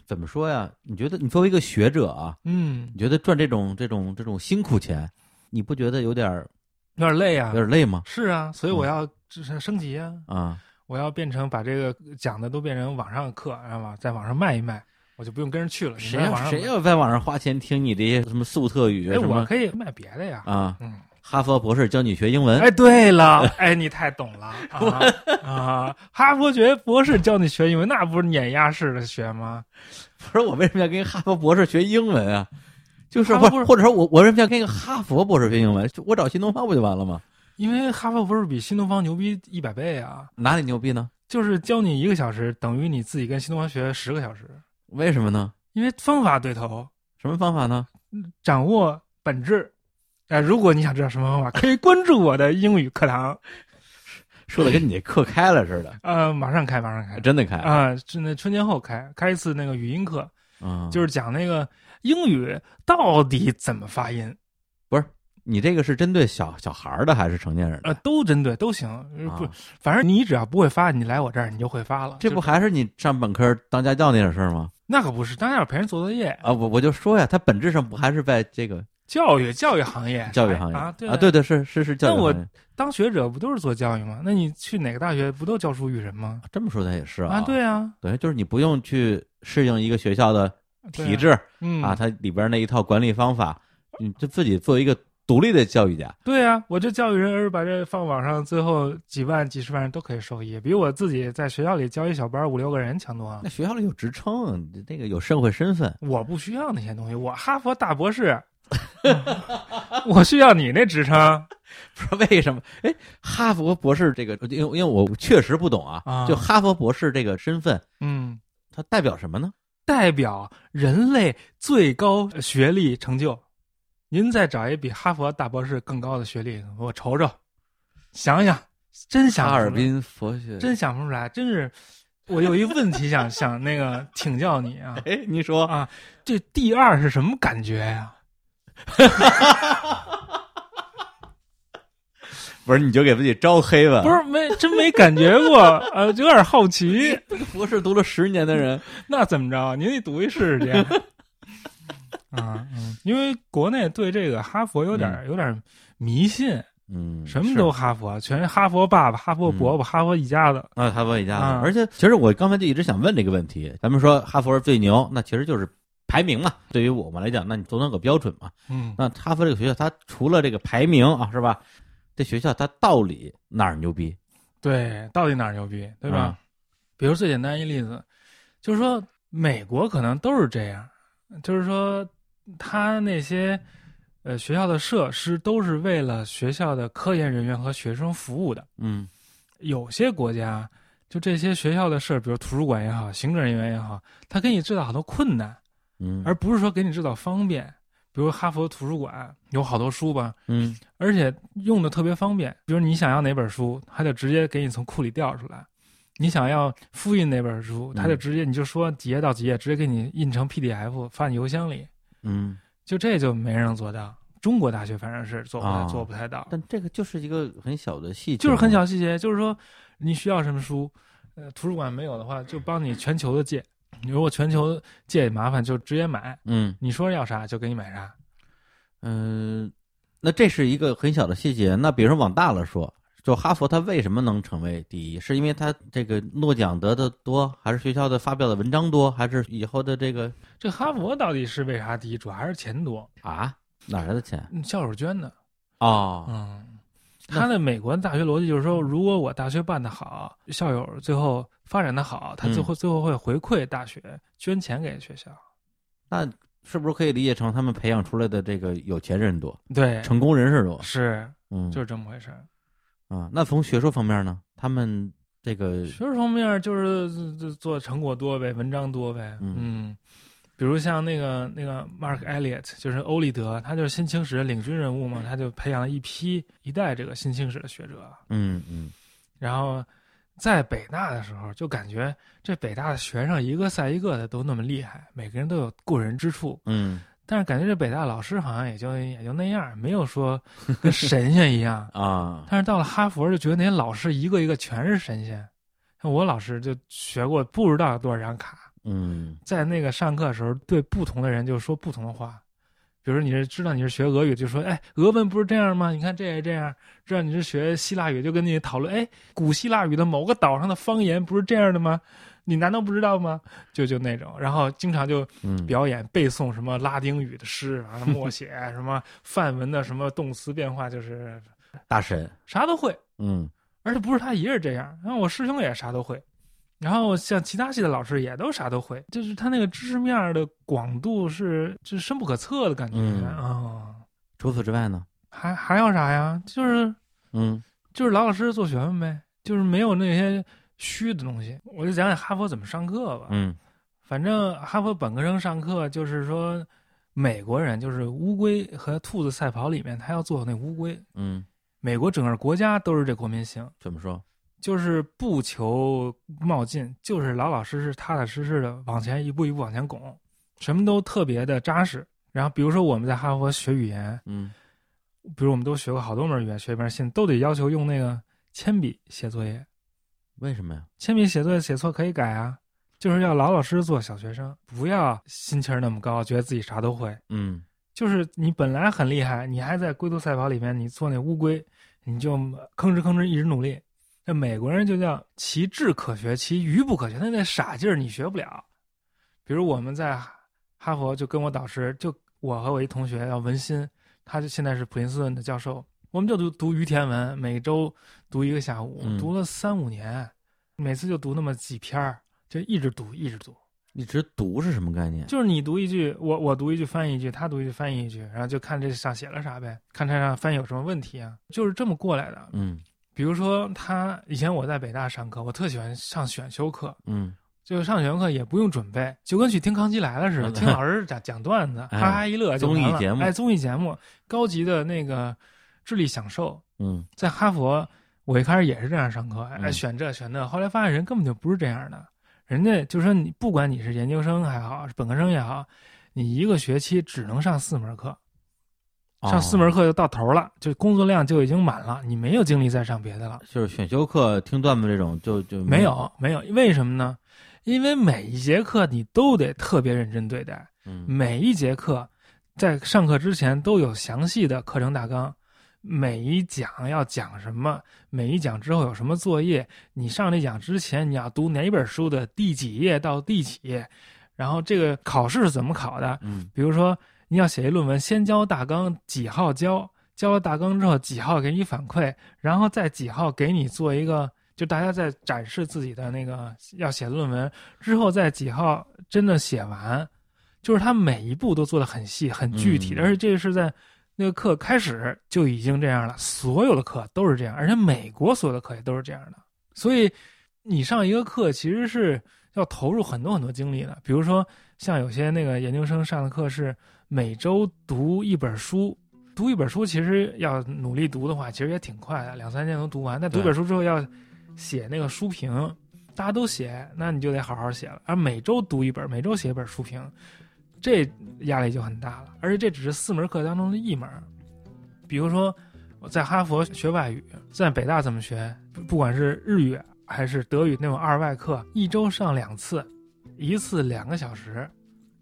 怎么说呀？你觉得你作为一个学者啊，嗯你，觉得赚这种这种这种辛苦钱，你不觉得有点儿有点累啊有。点儿嗯累吗？是啊，所以我要就是升级啊，啊，我要变成把这个讲的都变成网上的课，然后往在网上卖一卖，我就不用跟人去了。你谁们在要网上谁卖？要在网上花钱听你这些什么粟特语哎，什我么可以卖别的呀。啊？嗯，哈佛博士教你学英文，哎，对了，哎，你太懂了啊啊！哈佛学博士教你学英文，那不是碾压式的学吗？不是我为什么要跟哈佛博士学英文啊？就是哈或佛博士或者说我我为什么要跟一个哈佛博士学英文？就我找新东方不就完了吗？因为哈佛博士比新东方牛逼一百倍啊！哪里牛逼呢？就是教你一个小时，等于你自己跟新东方学十个小时，为什么呢？因为方法对头，什么方法呢？掌握本质。哎、如果你想知道什么方法，可以关注我的英语课堂。说的跟你这课开了似的，呃，马上开，马上开。真的开啊、是那春节后开开一次那个语音课，嗯，就是讲那个英语到底怎么发音，你这个是针对小小孩儿的还是成年人的？呃，都针对都行，呃啊不，反正你只要不会发，你来我这儿你就会发了。这啊就不还是你上本科当家教那点事儿吗？那可不是，当然要陪人做作业。啊，我我就说呀，它本质上不还是在这个教育教育行业， <laughs> 教育行业啊，对啊？对，对，是是是教育那我行业。当学者不都是做教育吗？那你去哪个大学不都教书育人吗？这么说咱也是啊，对啊，等于就是你不用去适应一个学校的对体制嗯啊，它里边那一套管理方法，你就自己做一个独立的教育家。对啊，我这教育人而把这放网上，最后几万、几十万人都可以受益，比我自己在学校里教一小班五六个人强多了那。学校里有职称，那个有社会身份，我不需要那些东西，我哈佛大 <laughs> 博士， <laughs> 我需要你那职称不知道为什么？哎，哈佛博士这个，因为因为我确实不懂啊，啊就哈佛博士这个身份，嗯，它代表什么呢？代表人类最高学历成就。您再找一比哈佛大博士更高的学历，我瞅瞅，想想，真想哈不出来尔滨佛学，真想不出来，真是。我有一问题想 <laughs> 想那个请教你啊，哎，你 <laughs> 说啊这第二是什么感觉呀、不是你就给自己招黑吧？不是没真没感觉过，呃，有点好奇，是博士读了十年的人，那怎么着？啊您得读一试试去。 <laughs> 啊，嗯，因为国内对这个哈佛有点、有点迷信，嗯，什么是嗯都哈佛，全是哈佛爸爸、哈佛伯伯、哈佛一家子。啊，哈佛一家子。啊而且，其实我刚才就一直想问这个问题。咱们说哈佛是最牛，那其实就是排名嘛。对于我们来讲，那你总得有个标准嘛。嗯，那哈佛这个学校，它除了这个排名啊，是吧？这学校它到底哪儿牛逼，对，到底哪儿牛逼，对吧？啊比如最简单一例子，就是说美国可能都是这样，就是说他那些呃学校的设施都是为了学校的科研人员和学生服务的。嗯有些国家就这些学校的事儿，比如图书馆也好，行政人员也好，他给你制造好多困难，嗯，而不是说给你制造方便。比如哈佛图书馆有好多书吧，嗯而且用的特别方便。比如你想要哪本书，他就直接给你从库里调出来；你想要复印哪本书，他就直接你就说几页到几页，直接给你印成 PDF 发你邮箱里。嗯，就这就没人能做到，中国大学反正是做不太、啊做不太到。但这个就是一个很小的细节，就是很小细节，就是说你需要什么书，呃，图书馆没有的话，就帮你全球的借。你如果全球借麻烦，就直接买。嗯你说要啥就给你买啥。嗯、呃那这是一个很小的细节。那比如说往大了说。就哈佛，它为什么能成为第一？是因为它这个诺奖得的多，还是学校的发表的文章多，还是以后的这个这哈佛到底是为啥第一？主要还是钱多，啊，哪儿来的钱？嗯校友捐的。哦，嗯，那他的美国大学逻辑就是说，如果我大学办得好，校友最后发展的好，他最后最后会回馈大学，捐钱给学校。那是不是可以理解成他们培养出来的这个有钱人多，对，成功人士多？是嗯，就是这么回事儿。啊，那从学术方面呢，他们这个学术方面就是呃做成果多呗，文章多呗。嗯嗯，比如像那个那个 Mark Elliot，就是欧立德，他就是新清史的领军人物嘛，他就培养了一批一代这个新清史的学者。啊嗯嗯然后在北大的时候，就感觉这北大的学生一个赛一个的都那么厉害，每个人都有过人之处。嗯。但是感觉这北大老师好像也就也就那样，没有说跟神仙一样 <laughs> 啊，但是到了哈佛，就觉得那些老师一个一个全是神仙。像我老师就学过不知道有多少张卡，嗯在那个上课的时候，对不同的人就说不同的话。比如说你是知道你是学俄语，就说哎，俄文不是这样吗？你看这也这样。知道你是学希腊语，就跟你讨论哎，古希腊语的某个岛上的方言不是这样的吗？你难道不知道吗？就就那种，然后经常就嗯，表演背诵什么拉丁语的诗，完了默写什么范文的什么动词变化，就是大神，啥都会。嗯而且不是他一个人这样，然后我师兄也啥都会，然后像其他系的老师也都啥都会，就是他那个知识面儿的广度是就是深不可测的感觉嗯啊、哦除此之外呢，还还要啥呀？就是嗯就是老老实实做学问呗，就是没有那些虚的东西。我就讲讲哈佛怎么上课吧。嗯反正哈佛本科生上课就是说，美国人就是乌龟和兔子赛跑里面，他要做那乌龟。嗯，美国整个国家都是这国民性，怎么说？就是不求冒进，就是老老实实、踏踏实实的往前一步一步往前拱，什么都特别的扎实。然后比如说我们在哈佛学语言，嗯比如我们都学过好多门语言，学一门新都得要求用那个铅笔写作业，为什么呀？铅笔写作业写错可以改啊，就是要老老实实做小学生，不要心气儿那么高，觉得自己啥都会。嗯就是你本来很厉害，你还在龟兔赛跑里面，你做那乌龟，你就吭哧吭哧一直努力。那美国人就叫其智可学，其愚不可学。他那傻劲儿你学不了。比如我们在哈佛，就跟我导师，就我和我一同学叫文心，他就现在是普林斯顿的教授，我们就读读于田文，每周读一个下午，嗯读了三五年，每次就读那么几篇儿，就一直读一直读。一直读是什么概念？就是你读一句，我我读一句翻译一句，他读一句翻译一句，然后就看这上写了啥呗，看他上翻译有什么问题啊，就是这么过来的。嗯比如说他以前我在北大上课，我特喜欢上选修课，嗯就上选修课也不用准备，就跟去听康熙来了似的，嗯听 <laughs> 老师讲讲段子，哎哈哈一乐就完了。综艺节目哎，综艺节目，高级的那个智力享受，嗯在哈佛，我一开始也是这样上课，哎，嗯选这选那，后来发现人根本就不是这样的。人家就说你不管你是研究生还好，是本科生也好，你一个学期只能上四门课，哦上四门课就到头了，就工作量就已经满了，你没有精力再上别的了。就是选修课、听段子这种，就就没有，没有，为什么呢？因为每一节课你都得特别认真对待，嗯每一节课在上课之前都有详细的课程大纲，每一讲要讲什么，每一讲之后有什么作业，你上这讲之前你要读哪本书的第几页到第几页，然后这个考试是怎么考的？嗯比如说你要写一论文，先交大纲，几号交，交了大纲之后几号给你反馈，然后再几号给你做一个。就大家在展示自己的那个要写的论文之后，在几号真的写完，就是他每一步都做的很细、很具体，嗯而且这个是在那个课开始就已经这样了，所有的课都是这样，而且美国所有的课也都是这样的。所以你上一个课其实是要投入很多很多精力的。比如说，像有些那个研究生上的课是每周读一本书，读一本书其实要努力读的话，其实也挺快的，两三天能读完。但读对本书之后要写那个书评，大家都写，那你就得好好写了。而每周读一本，每周写一本书评，这压力就很大了。而且这只是四门课当中的一门。比如说，我在哈佛学外语，在北大怎么学？不不管是日语还是德语那种二外课，一周上两次，一次两个小时，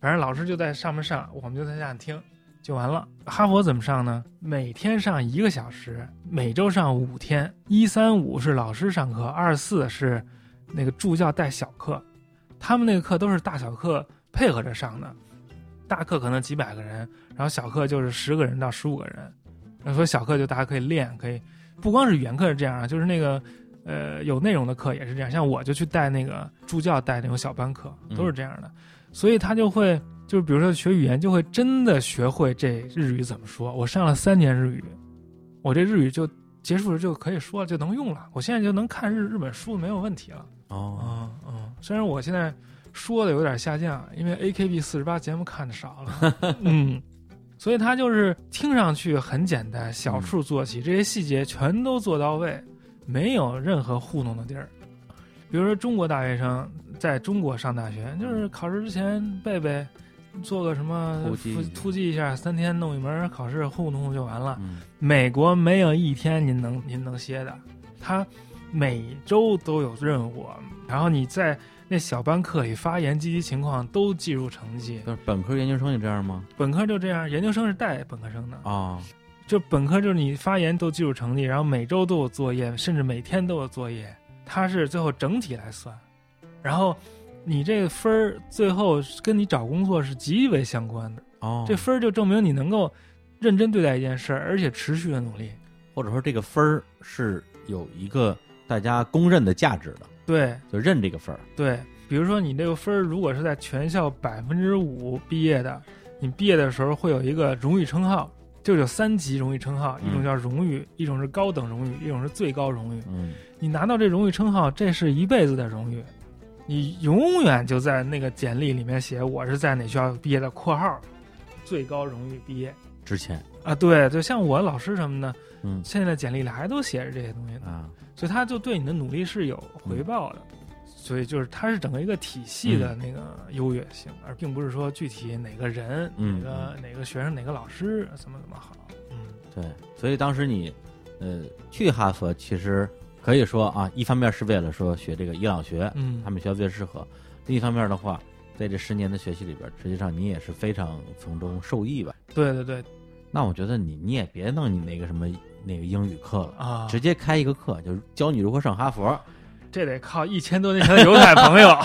反正老师就在上面上，我们就在下面听，就完了。哈佛怎么上呢？每天上一个小时，每周上五天，一三五是老师上课，二四是那个助教带小课，他们那个课都是大小课配合着上的，大课可能几百个人，然后小课就是十个人到十五个人，那所以小课就大家可以练，可以不光是语言课是这样啊，就是那个呃有内容的课也是这样，像我就去带那个助教带那种小班课，都是这样的，所以他就会就是比如说学语言就会真的学会这日语怎么说，我上了三年日语，我这日语就结束了就可以说了，就能用了，我现在就能看日日本书没有问题了。哦，嗯，嗯，虽然我现在说的有点下降，因为 AKB 四十八节目看的少 <laughs> 了，嗯，所以它就是听上去很简单，小处做嗯起，这些细节全都做到位，没有任何糊弄的地儿。比如说中国大学生在中国上大学，就是考试之前背背做个什么突击突一下突击一下，三天弄一门考试，糊弄糊弄就完了。嗯美国没有一天您能您能歇的，他每周都有任务，然后你在那小班课里发言、积极情况都计入成绩。但是本科研究生也这样吗？本科就这样，研究生是带本科生的，啊，就本科就是你发言都计入成绩，然后每周都有作业，甚至每天都有作业，它是最后整体来算，然后你这个分儿最后是跟你找工作是极为相关的，哦，这分儿就证明你能够认真对待一件事儿，而且持续的努力。或者说这个分儿是有一个大家公认的价值的，对就认这个分儿。对，比如说你这个分儿如果是在全校百分之五毕业的，你毕业的时候会有一个荣誉称号，就有三级荣誉称号，一种嗯叫荣誉，一种是高等荣誉，一种是最高荣誉。嗯，你拿到这荣誉称号，这是一辈子的荣誉，你永远就在那个简历里面写我是在哪学校毕业的（括号最高荣誉毕业值钱。）啊。对，就像我老师什么的，嗯现在简历里还都写着这些东西呢，啊，所以他就对你的努力是有回报的。嗯所以就是，它是整个一个体系的那个优越性，而并不是说具体哪个人、嗯哪个哪个学生、哪个老师怎么怎么好。嗯，对，所以当时你呃去哈佛，其实可以说啊，一方面是为了说学这个伊朗学，嗯他们学校最适合；另一方面的话，在这十年的学习里边，实际上你也是非常从中受益吧。对对对那我觉得你你也别弄你那个什么那个英语课了。啊，直接开一个课，就是教你如何上哈佛。这得靠一千多年前的犹太朋友。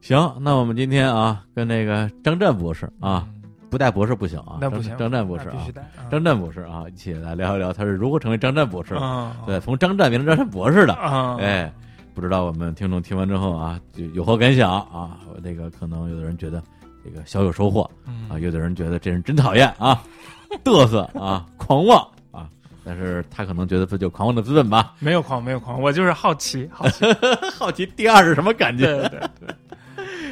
行，那我们今天啊，跟那个张震博士啊，嗯，不带博士不行啊，那不行，张张震博士那必啊须，得啊张震博士啊，一起来聊一聊他是如何成为张震博士的。啊，对，从张湛变成张震博士的。啊，哎，不知道我们听众听完之后啊，就有何感想啊？我这个可能有的人觉得这个小有收获嗯啊，有的人觉得这人真讨厌啊，嘚瑟啊，狂妄啊。但是他可能觉得这就狂妄的资本吧。没有狂，没有狂，我就是好奇，好 <laughs> 奇，好奇第二是什么感对觉？对对对，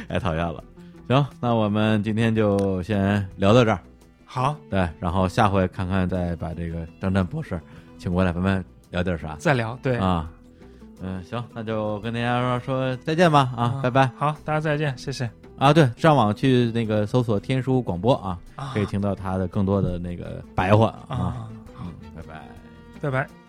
哎，讨厌了。行，那我们今天就先聊到这儿。好，对，然后下回看看再把这个张湛博士请过来，咱们聊点啥再聊，对，啊？嗯，行，那就跟大家说再见吧啊，嗯拜拜。好，大家再见，谢谢啊，对，上网去那个搜索天书广播啊，啊可以听到他的更多的那个白话啊。啊，嗯，拜拜。拜拜。